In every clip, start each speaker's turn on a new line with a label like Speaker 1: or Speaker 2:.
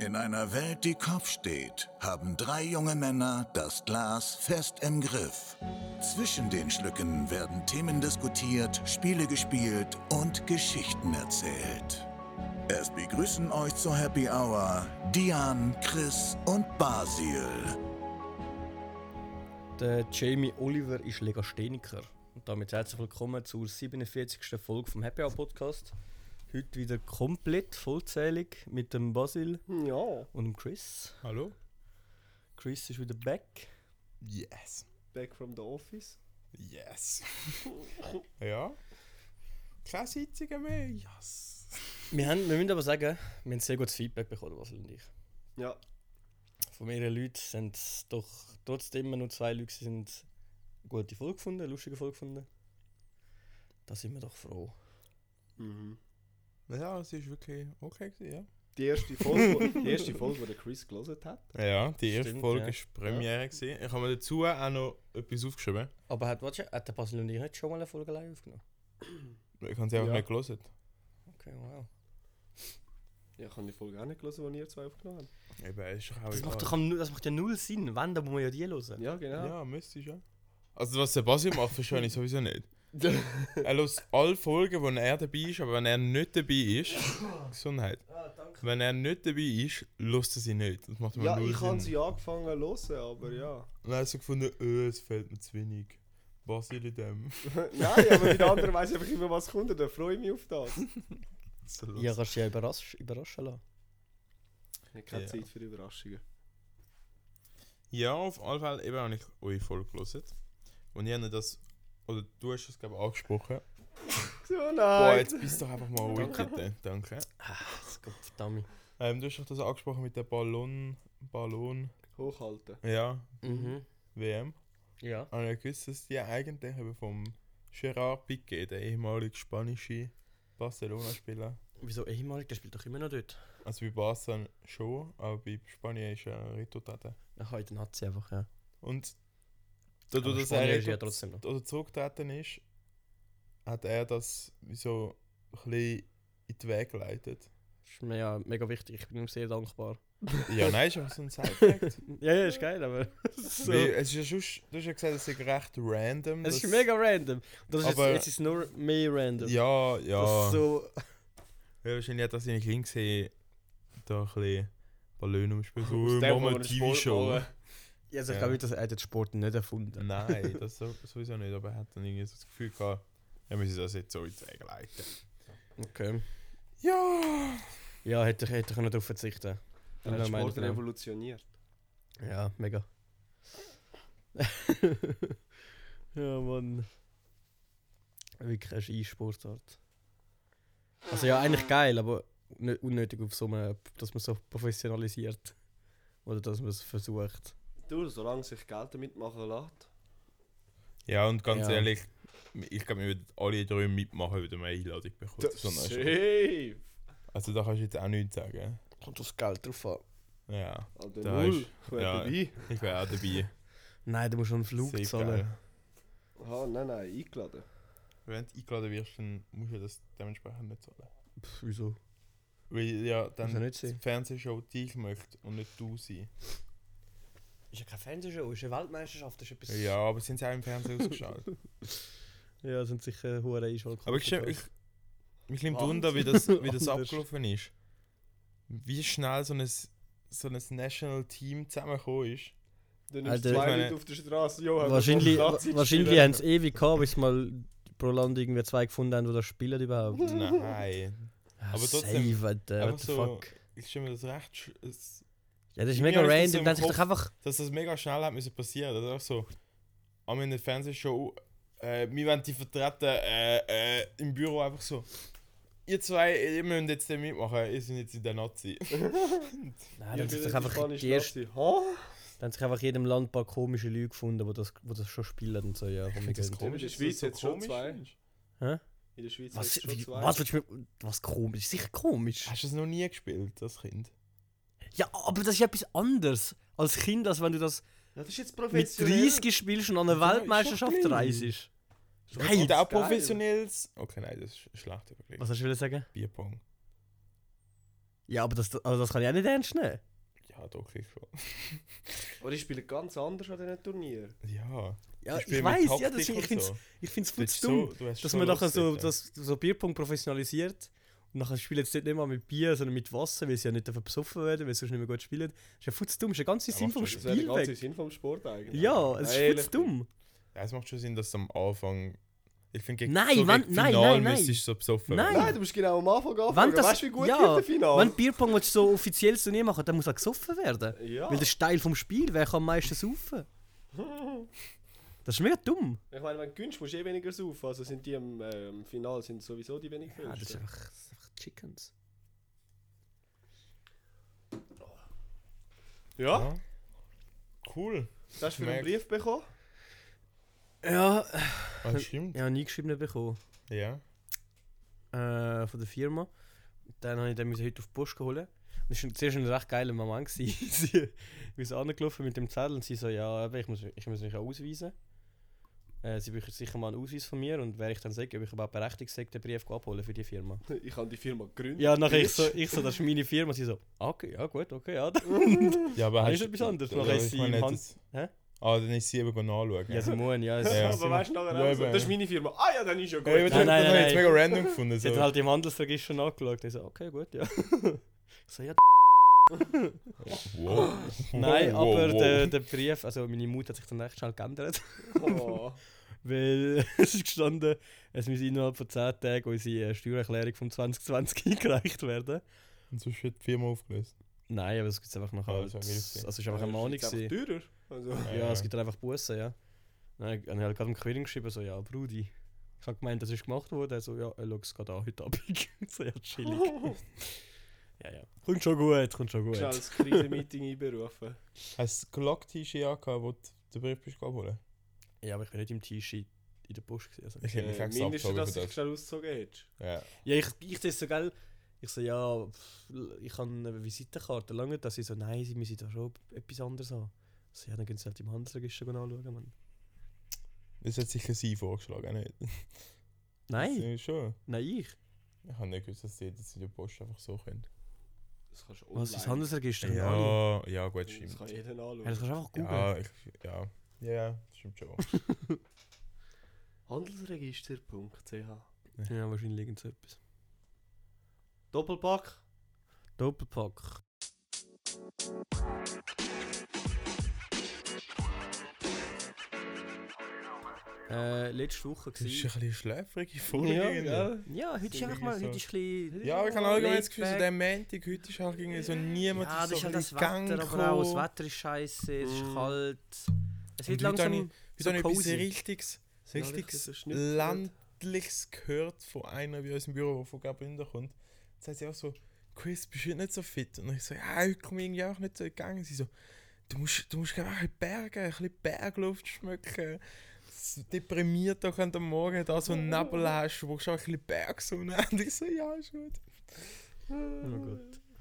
Speaker 1: In einer Welt, die Kopf steht, haben drei junge Männer das Glas fest im Griff. Zwischen den Schlücken werden Themen diskutiert, Spiele gespielt und Geschichten erzählt. Es begrüßen euch zur Happy Hour Dian, Chris und Basil.
Speaker 2: Der Jamie Oliver ist Legastheniker. Und damit herzlich willkommen zur 47. Folge vom Happy Hour Podcast. Heute wieder komplett vollzählig mit dem Basil
Speaker 3: Ja.
Speaker 2: und dem Chris.
Speaker 4: Hallo?
Speaker 2: Chris ist wieder back.
Speaker 4: Yes.
Speaker 3: Back from the office.
Speaker 4: Yes. ja. Keine Sitzungen mehr. Yes.
Speaker 2: Wir, haben, wir müssen aber sagen, wir haben sehr gutes Feedback bekommen, Basil und ich.
Speaker 3: Ja.
Speaker 2: Von mehreren Leuten sind es doch trotzdem immer nur zwei Leute, die sind gute Folge gefunden, eine lustige Folge gefunden. Da sind wir doch froh.
Speaker 3: Mhm.
Speaker 4: Ja, es ist wirklich okay gewesen,
Speaker 3: Die erste Folge, wo- die erste Folge, die der Chris gelesen hat.
Speaker 4: ja. Ja, die erste
Speaker 2: Stimmt,
Speaker 4: Folge
Speaker 2: ja.
Speaker 4: war Premiere. Gewesen. Ich habe mir dazu auch noch etwas aufgeschrieben.
Speaker 2: Aber hat, warte, hat der Basil und ich nicht schon mal eine Folge live aufgenommen?
Speaker 4: Ich habe sie einfach
Speaker 3: Ja.
Speaker 4: nicht gelesen.
Speaker 2: Okay, wow.
Speaker 3: Ja, ich habe die Folge auch nicht gelesen, die ihr zwei aufgenommen habt.
Speaker 4: Eben, ist doch auch
Speaker 2: Das
Speaker 4: egal.
Speaker 2: macht, doch am, das macht ja null Sinn. Wenn, dann muss man ja die hören.
Speaker 3: Ja, genau.
Speaker 4: Ja, müsste ich ja. Also, was der Basi macht, verstehe ich sowieso nicht. er lässt alle Folgen, wo er dabei ist, aber wenn er nicht dabei ist, Gesundheit. Wenn er nicht dabei ist, lässt er sie nicht. Das macht mir
Speaker 3: Ja,
Speaker 4: null
Speaker 3: ich habe
Speaker 4: Sinn.
Speaker 3: sie angefangen zu hören, aber ja.
Speaker 4: Und dann hat so gefunden, öh, es fehlt mir zu wenig. Was soll ich dem?
Speaker 3: Nein, aber mit anderen weiss ich einfach immer, was kommt und dann freue ich mich auf das.
Speaker 4: So
Speaker 2: Ja,
Speaker 4: los.
Speaker 2: kannst du ja überrasch, überraschen lassen.
Speaker 3: Ich habe keine
Speaker 4: Ja.
Speaker 3: Zeit für Überraschungen.
Speaker 4: ja, auf alle Fälle eben habe ich eure Folge gelesen. Und ich habe das, oder du hast es glaube ich angesprochen.
Speaker 3: So,
Speaker 4: Boah,
Speaker 3: nein.
Speaker 4: jetzt bist du doch einfach mal ruhig bitte. Danke.
Speaker 2: Das geht verdammt.
Speaker 4: Ähm, du hast doch das angesprochen mit der Ballon, Ballon,
Speaker 3: Hochhalten.
Speaker 4: ja,
Speaker 2: Mhm.
Speaker 4: WM.
Speaker 2: Ja.
Speaker 4: Und ich wusste, dass die eigentlich eben vom Gerard Piqué, der ehemalige spanische Barcelona-Spieler,
Speaker 2: Wieso ehemalig? Der spielt doch immer noch dort.
Speaker 4: also bei Barcelona schon, aber bei Spanien ist er retortaten.
Speaker 2: Ach, heute Nazi einfach, ja.
Speaker 4: Und dadurch,
Speaker 2: Aber
Speaker 4: dass
Speaker 2: Spanien
Speaker 4: er
Speaker 2: ist ja
Speaker 4: retour-
Speaker 2: trotzdem noch.
Speaker 4: oder zurückgetreten ist, hat er das wie so ein bisschen in den Weg geleitet.
Speaker 2: Ist mir ja mega wichtig. Ich bin ihm sehr dankbar.
Speaker 4: Ja, nein, ist einfach so ein Sidefact.
Speaker 2: Ja, ja, ist geil, aber. so.
Speaker 4: Weil Es ist ja sonst, du hast ja gesagt, es ist recht random.
Speaker 2: Es ist
Speaker 4: dass-
Speaker 2: mega random. Das ist
Speaker 4: Aber-
Speaker 2: jetzt, jetzt ist es nur mehr random.
Speaker 4: Ja, ja.
Speaker 2: Das ist so.
Speaker 4: ja. Wahrscheinlich hat das seine Kinder gesehen, da ein bisschen Ballone umspielen. So,
Speaker 3: Aus
Speaker 4: oh,
Speaker 3: dem kann
Speaker 4: Mama,
Speaker 3: man einen Sport
Speaker 4: TV-Show.
Speaker 3: machen.
Speaker 2: Ja, Also, ich
Speaker 4: Ja.
Speaker 2: glaube nicht, dass er hat den Sport nicht erfunden
Speaker 4: Nein, das so- sowieso nicht, aber er hat dann irgendwie so das Gefühl gehabt, er müsse das jetzt so in den Weg leiten.
Speaker 2: Okay.
Speaker 4: Ja!
Speaker 2: Ja, hätte ich, hätte ich nicht darauf verzichten
Speaker 3: Er hat
Speaker 2: Ja,
Speaker 3: den
Speaker 2: meine
Speaker 3: Sport
Speaker 2: Frau.
Speaker 3: revolutioniert.
Speaker 2: Ja, mega. ja, Mann. Wirklich eine Skisportart. Also ja, eigentlich geil, aber nicht unnötig auf so einem, dass man so professionalisiert. Oder dass man es versucht.
Speaker 3: Du, solange sich Geld damit machen lässt.
Speaker 4: Ja, und ganz
Speaker 2: Ja.
Speaker 4: ehrlich, ich glaube, wir würden alle drei mitmachen, wenn wir eine Einladung bekommen. So eine Show.
Speaker 3: Safe.
Speaker 4: Also da kannst du jetzt auch nichts sagen.
Speaker 2: Kommt aufs Geld drauf an.
Speaker 4: Ja,
Speaker 3: Alter,
Speaker 4: Da
Speaker 3: null.
Speaker 4: ist-
Speaker 3: Ich wär
Speaker 4: ja.
Speaker 3: dabei.
Speaker 4: ich wäre auch dabei.
Speaker 2: Nein, du musst schon einen Flug
Speaker 4: Sehr
Speaker 2: zahlen.
Speaker 4: geil.
Speaker 3: Ah, nein, nein, eingeladen.
Speaker 4: Wenn du eingeladen wirst, dann musst du das dementsprechend nicht zahlen.
Speaker 2: Pff, wieso?
Speaker 4: Weil ja dann
Speaker 2: Muss ja nicht sein.
Speaker 4: die Fernsehshow dich möchte und nicht du sein.
Speaker 2: Ist ja keine Fernsehshow, ist eine Weltmeisterschaft, ist etwas...
Speaker 4: Ja, aber sind sie auch im Fernsehen ausgeschaut.
Speaker 2: Ja, sind sicher hohe Einschaltquoten.
Speaker 4: aber ich, ich mich nimmt
Speaker 3: Was?
Speaker 4: wunder, wie das, wie das
Speaker 2: Anders.
Speaker 4: abgelaufen ist. Wie schnell so ein, so ein National Team zusammengekommen ist.
Speaker 3: Dann
Speaker 2: Alter,
Speaker 3: nimmst du
Speaker 4: ich
Speaker 3: zwei
Speaker 4: meine-
Speaker 3: Leute auf der Straße. Jo, haben wir
Speaker 2: wahrscheinlich
Speaker 3: Bock, Nazi zu
Speaker 2: wahrscheinlich
Speaker 3: spielen?
Speaker 2: haben sie ewig gehabt, bis mal pro Land irgendwie zwei gefunden haben, die das spielen überhaupt.
Speaker 4: Nein. Aber trotzdem,
Speaker 2: Safe, Alter,
Speaker 4: einfach
Speaker 2: what the
Speaker 4: so-
Speaker 2: fuck.
Speaker 4: Ich stelle mir das recht. sch- es-
Speaker 2: Ja, das ist
Speaker 4: Mir
Speaker 2: mega
Speaker 4: ist das
Speaker 2: random.
Speaker 4: im
Speaker 2: Dann sich doch
Speaker 4: Kopf-
Speaker 2: einfach.
Speaker 4: dass das mega schnell hat müssen passieren. Das ist auch so, am in der Fernsehshow, äh, wir werden die vertreten äh, äh, im Büro einfach so. Ihr zwei, ihr müsst jetzt den mitmachen, ihr seid jetzt in der Nazi.
Speaker 2: Nein,
Speaker 3: Ja,
Speaker 2: dann sich
Speaker 3: das
Speaker 2: doch
Speaker 3: ist
Speaker 2: einfach
Speaker 3: spanische
Speaker 2: die erste,
Speaker 3: Nazi. Ha?
Speaker 2: dann sich einfach jedem Land ein paar komische Leute gefunden, wo das, wo das schon spielen und so. Ja, komm, wir gehen.
Speaker 3: komisch, dass das so komisch findest.
Speaker 2: Hä?
Speaker 3: In der Schweiz
Speaker 2: Was,
Speaker 3: hat's schon
Speaker 2: wie,
Speaker 3: zwei.
Speaker 2: was, willst du mir, was komisch? Sicher komisch.
Speaker 4: Hast du es noch nie gespielt, das Kind?
Speaker 2: Ja, aber das ist etwas anderes als Kind, als wenn du das
Speaker 3: Ja, das ist jetzt
Speaker 2: mit
Speaker 3: professionell.
Speaker 2: 30 spielst und an eine
Speaker 4: Ja, ist doch
Speaker 2: Weltmeisterschaft
Speaker 4: geil.
Speaker 2: reist.
Speaker 4: Nein,
Speaker 2: Nein!
Speaker 4: Und auch
Speaker 3: geil.
Speaker 2: Also-
Speaker 4: professionelles. Okay, nein, das ist schlecht überlegt.
Speaker 2: Was hast du wollen sagen?
Speaker 4: Bierpong.
Speaker 2: Ja, aber das, also das kann ich auch nicht ernst nehmen.
Speaker 4: Ja, doch, ich schon.
Speaker 3: Aber die spielen ganz anders an diesen Turnieren.
Speaker 4: Ja.
Speaker 2: Ja,
Speaker 4: Die
Speaker 2: ich,
Speaker 4: spielen mit
Speaker 2: weiß, ja,
Speaker 4: Taktik
Speaker 2: deswegen, ich
Speaker 4: und
Speaker 2: finde es
Speaker 4: so.
Speaker 2: ich find's
Speaker 4: Du
Speaker 2: voll
Speaker 4: hast
Speaker 2: dumm,
Speaker 4: so- du hast
Speaker 2: dass
Speaker 4: so
Speaker 2: man nachher
Speaker 4: Lust
Speaker 2: so,
Speaker 4: dort,
Speaker 2: dass, so Bierpunkt professionalisiert und nachher spielen jetzt dort nicht mal mit Bier, sondern mit Wasser, weil sie ja nicht dürfen besoffen werden, weil sie sonst nicht mehr gut spielen. Das ist ja futz dumm, das ist der ganze
Speaker 4: Ja,
Speaker 2: Sinn
Speaker 4: macht
Speaker 2: vom
Speaker 4: schon
Speaker 3: Das wäre der
Speaker 2: Spiel
Speaker 3: ganze
Speaker 2: weg.
Speaker 3: Sinn vom Sport eigentlich.
Speaker 2: Ja, es
Speaker 3: Ehrlich.
Speaker 2: ist futz dumm.
Speaker 4: Ja, es macht schon Sinn, dass du am Anfang. Ich finde, gegen
Speaker 2: Nein,
Speaker 4: so
Speaker 2: wenn-
Speaker 4: gegen
Speaker 2: nein,
Speaker 4: Finale
Speaker 2: nein, nein.
Speaker 4: müsstest du so besoffen
Speaker 2: Nein.
Speaker 4: werden.
Speaker 3: Nein, du musst genau am Anfang
Speaker 2: Wenn
Speaker 3: anfangen.
Speaker 2: das,
Speaker 3: Weißt du, wie gut
Speaker 2: ja,
Speaker 3: wird der Finale?
Speaker 2: Wenn Bierpong willst du so offiziell so nie machen, dann muss er gesoffen werden.
Speaker 3: Ja.
Speaker 2: Weil das ist Teil vom Spiel, wer kann am meisten saufen? Das ist mega dumm.
Speaker 3: Ich meine, wenn du gewinnst, musst du eh weniger saufen. Also sind die im ähm, Finale sind sowieso die wenig
Speaker 2: Ja, Ah, das ist
Speaker 3: Fünften.
Speaker 2: einfach, das ist einfach Chickens.
Speaker 3: Ja,
Speaker 4: Ja. Cool.
Speaker 3: das hast du für einen
Speaker 4: Merk-
Speaker 3: Brief bekommen.
Speaker 2: Ja,
Speaker 4: Ah, stimmt.
Speaker 2: ich habe nie geschrieben bekommen
Speaker 4: Ja.
Speaker 2: äh, von der Firma. Und Dann habe ich den müssen heute auf die Post holen. Und Das war zuerst ein recht geiler Moment. gewesen. sie wir sind angelaufen mit dem Zettel und sie so, ja, eben, ich muss, ich muss mich auch ausweisen. Äh, sie bräuchten sicher mal einen Ausweis von mir und wer ich dann sage, ob ich überhaupt berechtigt sei, den Brief abholen für die Firma.
Speaker 3: Ich habe die Firma gegründet.
Speaker 2: Ja, nachher ich so, ich so, das ist meine Firma. Sie so, ah, okay, ja gut, okay, ja. dann-
Speaker 4: Ja, aber
Speaker 2: Dann
Speaker 4: hast
Speaker 2: ist etwas anderes.
Speaker 4: Ja,
Speaker 2: Nachher
Speaker 4: ich
Speaker 2: ist sie
Speaker 4: meine,
Speaker 2: im
Speaker 4: das-
Speaker 2: Hä?
Speaker 4: Ah, dann ist sie eben anschauen.
Speaker 2: Ja, sie muss, ja.
Speaker 4: Ja.
Speaker 2: Sie,
Speaker 3: Aber weißt du nachher
Speaker 4: Ja,
Speaker 3: auch so,
Speaker 4: eben.
Speaker 3: das ist meine Firma. Ah ja, dann ist ja gut.
Speaker 4: Ey,
Speaker 2: Nein, nein,
Speaker 4: nein, nein,
Speaker 2: nein.
Speaker 4: nein. mega random gefunden.
Speaker 2: sie hat
Speaker 4: So.
Speaker 2: dann halt im Handelsregister angeschaut. Ich so, okay, gut, ja. Ich so, ja,
Speaker 4: Wow.
Speaker 2: Nein,
Speaker 4: Wow, wow,
Speaker 2: aber
Speaker 4: wow.
Speaker 2: Der, der Brief, also meine Mut hat sich dann echt schnell geändert,
Speaker 3: oh.
Speaker 2: weil es ist gestanden, es muss innerhalb von 10 Tagen unsere äh, Steuererklärung vom 2020 eingereicht werden.
Speaker 4: Und sonst wird die Firma aufgelöst.
Speaker 2: Nein, aber es gibt einfach noch
Speaker 4: Ah,
Speaker 2: als,
Speaker 4: das
Speaker 2: also
Speaker 4: war wild
Speaker 2: es
Speaker 4: gewesen.
Speaker 2: ist einfach eine
Speaker 3: Ja,
Speaker 2: Mahnung
Speaker 3: ist jetzt
Speaker 2: gewesen.
Speaker 3: einfach teurer. Also.
Speaker 2: Ja, es gibt dann einfach Bussen, ja. Dann habe ich halt gerade im Queering geschrieben, so, ja, Brudi, ich habe gemeint, das ist gemacht worden, er so, ja, äh, schau, es geht auch heute Abend. so, ja, chillig. ja, ja. Kommt schon gut, kommt schon
Speaker 3: Schnell
Speaker 2: gut.
Speaker 3: das Krisenmeeting einberufen.
Speaker 4: Hast du Glock-T-Shirt angehabt, wo du den Brief bist abholen?
Speaker 2: Ja, aber ich bin nicht im T-Shirt in der Post gewesen. Also.
Speaker 4: Ich
Speaker 3: Äh,
Speaker 4: hätte mich fix
Speaker 3: mindestens,
Speaker 4: abgezogen
Speaker 3: dass
Speaker 4: für
Speaker 3: du dich
Speaker 4: das.
Speaker 3: schnell ausgezogen hättest.
Speaker 4: Ja.
Speaker 2: Ja, ich, ich das so geil. Ich so, ja, pff, ich habe eine Visitenkarte. Lange, dass sie so, nein, sie müssen da schon etwas anderes haben. So, ja, dann gehen sie halt im Handelsregister anschauen, Mann.
Speaker 4: Das hat sicher sie vorgeschlagen, auch nicht?
Speaker 2: Nein,
Speaker 4: Ja, schon.
Speaker 2: nein, ich.
Speaker 4: Ich habe nicht gewusst, dass die das in der Post einfach so können.
Speaker 3: Das kannst du online.
Speaker 2: Was ist das Handelsregister? Ja.
Speaker 4: Oh, Ja, ja, gut,
Speaker 3: Das
Speaker 4: stimmt.
Speaker 3: kann jeder
Speaker 2: Ja, das
Speaker 3: anschauen.
Speaker 2: kannst du einfach googeln.
Speaker 4: Ja, ich, ja. Ja, stimmt schon.
Speaker 3: Handelsregister.ch
Speaker 2: Ja, wahrscheinlich irgend so etwas.
Speaker 3: Doppelpack.
Speaker 2: Doppelpack. Äh, letzte Woche
Speaker 4: Das ist
Speaker 2: gewesen.
Speaker 4: ein bisschen schläfrige Folge. irgendwie.
Speaker 2: Ja, heute ist einfach mal,
Speaker 4: So.
Speaker 2: heute ist ein bisschen...
Speaker 4: Ja, ich habe allgemein das Gefühl, so
Speaker 2: Laidback.
Speaker 4: der Montag, heute ist halt irgendwie so niemand
Speaker 2: Ja, das
Speaker 4: so
Speaker 2: ist halt
Speaker 4: ein
Speaker 2: das
Speaker 4: bisschen Gang
Speaker 2: Wetter, aber auch das
Speaker 4: gekommen.
Speaker 2: Wetter ist scheiße, es ist
Speaker 3: Mm.
Speaker 2: kalt. Es wird
Speaker 4: Und heute
Speaker 2: langsam.
Speaker 4: habe So
Speaker 2: so
Speaker 4: ein etwas
Speaker 2: cozy.
Speaker 4: richtiges,
Speaker 3: Ja,
Speaker 4: richtiges
Speaker 3: das ist nicht gut.
Speaker 4: Landliches gehört von einer bei uns im Büro, der von Graubünden kommt. Jetzt sagt sie auch so, Chris, bist du heute nicht so fit? Und ich so, ja, heute komme ich irgendwie auch nicht so in Gang. Sie so, du musst, du musst gerne auch in die Berge, ein bisschen Bergluft schmecken. Es deprimiert doch an dem Morgen, da so einen Nebel hast, du brauchst auch ein bisschen Bergsonne. Und ich so, ja, ist gut.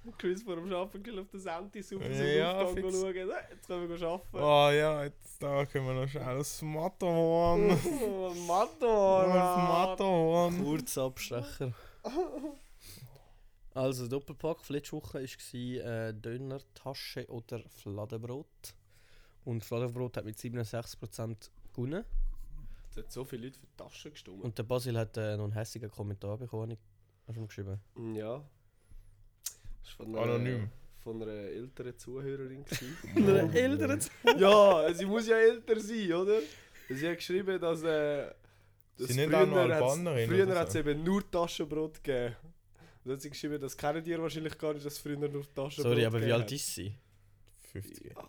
Speaker 2: Oh
Speaker 3: Chris vor dem Arbeiten auf den Senti super
Speaker 4: Ja,
Speaker 3: so ja,
Speaker 4: fix.
Speaker 3: schauen. Äh, Jetzt können wir arbeiten.
Speaker 4: Oh ja, jetzt da können wir noch schnell das Matterhorn.
Speaker 3: Oh,
Speaker 4: Das
Speaker 3: Matador.
Speaker 4: Matterhorn.
Speaker 2: Kurz Abstecher. Also, Doppelpack von letzter Woche war äh, Döner, Tasche oder Fladenbrot. Und Fladenbrot hat mit 67% gewonnen.
Speaker 3: Es hat so viele Leute für die Taschen gestummt.
Speaker 2: Und der Basil hat äh, noch einen hässigen Kommentar bekommen. Hast du ihm geschrieben?
Speaker 3: Ja. Das ist von einer,
Speaker 4: Hm. Anonym.
Speaker 3: Von einer älteren Zuhörerin. gewesen.
Speaker 2: Eltern?
Speaker 3: ja, sie muss ja älter sein, oder? Sie hat geschrieben, dass. Äh, dass
Speaker 4: Sie nennt auch noch
Speaker 3: früher hat's-
Speaker 4: Albanerin
Speaker 3: Früher
Speaker 4: oder
Speaker 3: hat es
Speaker 4: so.
Speaker 3: eben nur Taschenbrot gegeben. Und dann hat sie geschrieben, das kennen die wahrscheinlich gar nicht, dass es früher nur Taschenbrot
Speaker 2: Sorry, aber wie
Speaker 3: gegeben
Speaker 2: alt
Speaker 3: hat.
Speaker 2: ist sie?
Speaker 4: 50.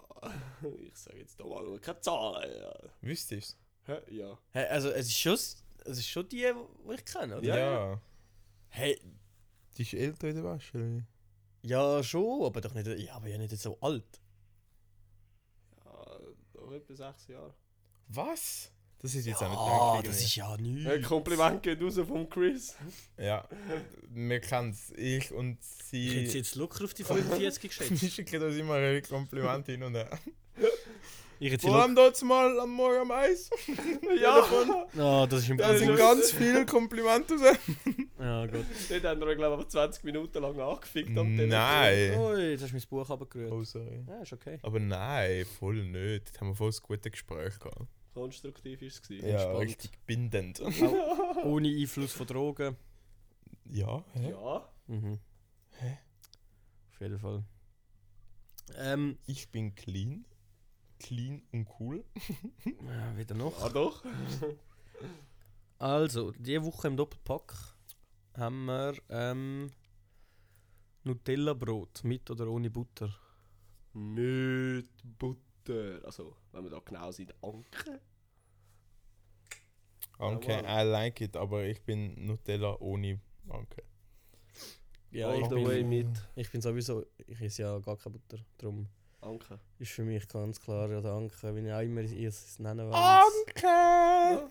Speaker 3: Ich sage jetzt da mal keine Zahlen. Ja.
Speaker 4: Wüsstest du
Speaker 3: Hä? Ja.
Speaker 2: Hä, also, es ist schon, s- es ist schon die, die ich kenne, oder?
Speaker 3: Ja,
Speaker 4: ja.
Speaker 2: Hey,
Speaker 4: Die ist älter in der Wäsche.
Speaker 2: Ja, schon, aber doch nicht, ja, aber ja nicht so alt.
Speaker 3: ja noch etwa sechs Jahre.
Speaker 4: Was? Das ist jetzt auch
Speaker 2: Ah,
Speaker 4: nicht
Speaker 2: das ist ja nichts.
Speaker 3: Ein Kompliment geht raus von Chris.
Speaker 4: Ja, wir kennen es. Ich und sie.
Speaker 2: Ich hätte sie jetzt locker auf die 45 geschätzt.
Speaker 4: Mische kriegt uns immer ein Kompliment hin und her.
Speaker 2: Ich jetzt
Speaker 4: Vor allem dort mal am Morgen am Eis.
Speaker 3: ja,
Speaker 2: Oh, das ist ein
Speaker 4: Da
Speaker 3: Das ist-
Speaker 4: sind
Speaker 2: Problem.
Speaker 4: ganz viele Komplimente raus.
Speaker 2: Ja, gut.
Speaker 3: dort haben wir, glaube ich, 20 Minuten lang angefickt am Telefon.
Speaker 4: Nein.
Speaker 2: Ui, jetzt hast du mein Buch runtergerührt.
Speaker 4: Oh, sorry.
Speaker 2: Ja, ist okay.
Speaker 4: Aber nein, voll nicht. Dort haben wir voll ein gutes Gespräch gehabt.
Speaker 3: Konstruktiv war es. gewesen.
Speaker 4: Ja,
Speaker 2: Entspannt.
Speaker 4: richtig bindend.
Speaker 2: Ohne Einfluss von Drogen.
Speaker 4: Ja, hä?
Speaker 3: Ja.
Speaker 2: Mhm. Auf jeden Fall. Ähm,
Speaker 4: ich bin clean. Clean und cool.
Speaker 2: ja, wieder noch.
Speaker 3: Ah, doch.
Speaker 2: Also, diese Woche im Doppelpack haben wir ähm, Nutella-Brot mit oder ohne Butter.
Speaker 3: Mit Butter. Also, wenn wir da genau sind, Anke.
Speaker 4: Okay,
Speaker 3: Jawohl.
Speaker 4: I like it, aber ich bin Nutella ohne Anke.
Speaker 2: Ja,
Speaker 3: All
Speaker 2: Oh, ich
Speaker 3: the way
Speaker 2: bin,
Speaker 3: mit
Speaker 2: ich bin sowieso, ich esse ja gar keine Butter. Darum
Speaker 3: Anke.
Speaker 2: ist für mich ganz klar, ja, danke, wie auch immer ihr es nennen wollt.
Speaker 4: Anke!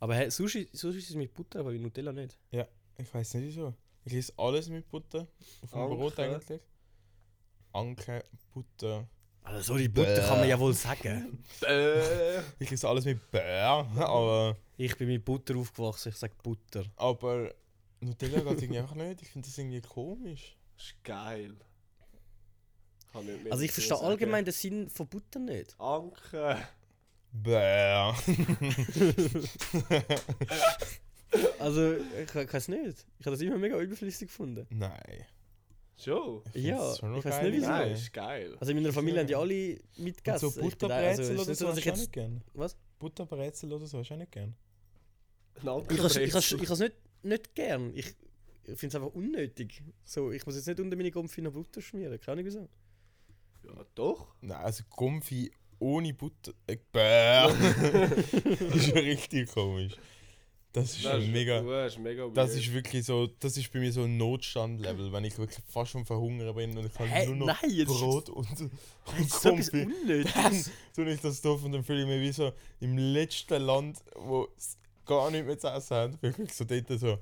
Speaker 2: Aber hey, Sushi, Sushi ist es mit Butter, aber mit Nutella nicht.
Speaker 4: Ich weiß nicht wieso. Ich esse alles mit Butter. Auf dem
Speaker 3: Anke.
Speaker 4: Brot eigentlich. Anke, Butter.
Speaker 2: Also, sorry,
Speaker 4: Butter kann man ja
Speaker 2: wohl sagen.
Speaker 3: Äh.
Speaker 4: Ich esse alles mit Bär, aber,
Speaker 2: Ich bin mit Butter aufgewachsen, ich sage Butter.
Speaker 4: aber Nutella geht irgendwie einfach nicht. Ich finde das irgendwie komisch.
Speaker 3: Ist geil. Kann nicht mehr
Speaker 2: Also, ich
Speaker 3: dazu
Speaker 2: verstehe
Speaker 3: sagen.
Speaker 2: allgemein den Sinn von Butter nicht.
Speaker 3: Anke.
Speaker 4: Bär.
Speaker 2: Also, ich weiß es nicht. Ich habe das immer mega überflüssig gefunden.
Speaker 4: Nein.
Speaker 3: Schon?
Speaker 4: Ich find's
Speaker 2: Ja,
Speaker 4: schon noch
Speaker 2: ich weiss
Speaker 4: geil.
Speaker 2: nicht, wieso.
Speaker 3: Nein, ist geil.
Speaker 2: Also, in meiner Familie haben die alle
Speaker 4: Und
Speaker 2: mitgegessen.
Speaker 4: so
Speaker 2: Ich bin da- also, es
Speaker 4: Butterbrezel
Speaker 2: ist
Speaker 4: oder
Speaker 2: nicht
Speaker 4: so
Speaker 2: dass
Speaker 4: hast
Speaker 2: ich
Speaker 4: du auch
Speaker 2: jetzt.
Speaker 4: nicht gern.
Speaker 2: Was?
Speaker 4: Butterbrezel oder so hast du auch nicht gern.
Speaker 3: Ein Anke
Speaker 2: Ich has, ich has, ich has nicht, nicht gern. Ich, ich finde es einfach unnötig. So, ich muss jetzt nicht unter meine Gumpfe noch Butter schmieren. Keine Ahnung wieso.
Speaker 3: Ja, doch.
Speaker 4: Nein, also Gumpfi ohne Butter. Äh, Bäh. das ist ja richtig komisch. Das ist, schon mega.
Speaker 3: Das ist mega weird.
Speaker 4: Das ist wirklich so, das ist bei mir so ein Notstandlevel, wenn ich wirklich fast schon verhungern bin und ich kann
Speaker 2: Hä?
Speaker 4: nur noch
Speaker 2: Nein, jetzt-
Speaker 4: Brot und, und
Speaker 2: So etwas
Speaker 4: Kumpel.
Speaker 2: Unnötiges.
Speaker 4: Tue ich das doof und dann fühle ich mich wie so im letzten Land, wo es gar nichts mehr zu essen hat. Wirklich so dort so,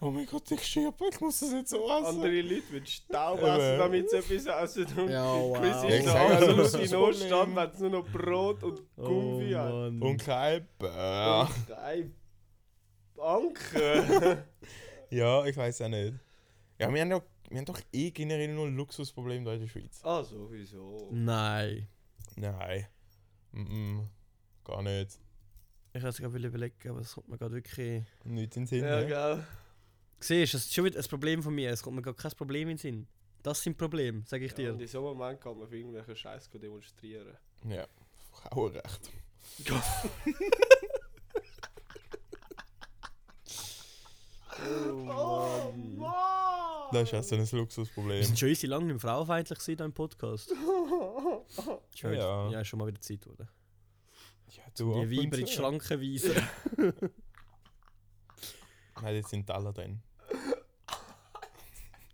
Speaker 4: oh mein Gott, ich stirb, ich muss das jetzt so essen.
Speaker 3: Andere Leute mit Staub
Speaker 4: Eben.
Speaker 3: essen, damit sie etwas essen. Und
Speaker 2: Ja, wow.
Speaker 3: Chris
Speaker 2: Ja,
Speaker 3: ist
Speaker 4: ich
Speaker 3: noch
Speaker 4: sag ja, das
Speaker 3: absolut
Speaker 4: ist das
Speaker 3: in Notstand,
Speaker 4: Problem.
Speaker 3: wenn es nur noch Brot und
Speaker 2: Oh
Speaker 3: Gummi hat.
Speaker 4: Und kein Bär.
Speaker 3: Nein. Anke.
Speaker 4: Ja, ich weiß auch nicht. Ja, wir haben, ja, wir haben doch eh generell nur ein Luxusproblem da in der Schweiz.
Speaker 3: ah, sowieso.
Speaker 2: Nein.
Speaker 4: Nein. Mm -mm. Gar nicht.
Speaker 2: Ich hätte es gerade überlegen, aber es kommt mir gerade wirklich.
Speaker 4: Nicht in den Sinn.
Speaker 3: Ja,
Speaker 4: ne?
Speaker 3: gell.
Speaker 2: Siehst du, das ist schon wieder ein Problem von mir. Es kommt mir gar kein Problem in den Sinn. Das sind Probleme, sage ich
Speaker 3: Ja,
Speaker 2: dir.
Speaker 3: und in so einem Moment kann man für irgendwelchen Scheiß demonstrieren.
Speaker 4: Ja, Frauenrecht.
Speaker 3: Oh Mann!
Speaker 4: Das ist auch so ein
Speaker 2: Wir
Speaker 4: Luxusproblem.
Speaker 2: sind schon easy lange nicht mehr frauenfeindlich gewesen hier im Podcast. Schön.
Speaker 4: Ja.
Speaker 2: Ja. ist schon mal wieder Zeit wurde.
Speaker 4: Ja, du ab
Speaker 2: Die
Speaker 4: und
Speaker 2: Weiber in die
Speaker 4: zu.
Speaker 2: Schranken weisen.
Speaker 4: Nein, jetzt sind Teller drin.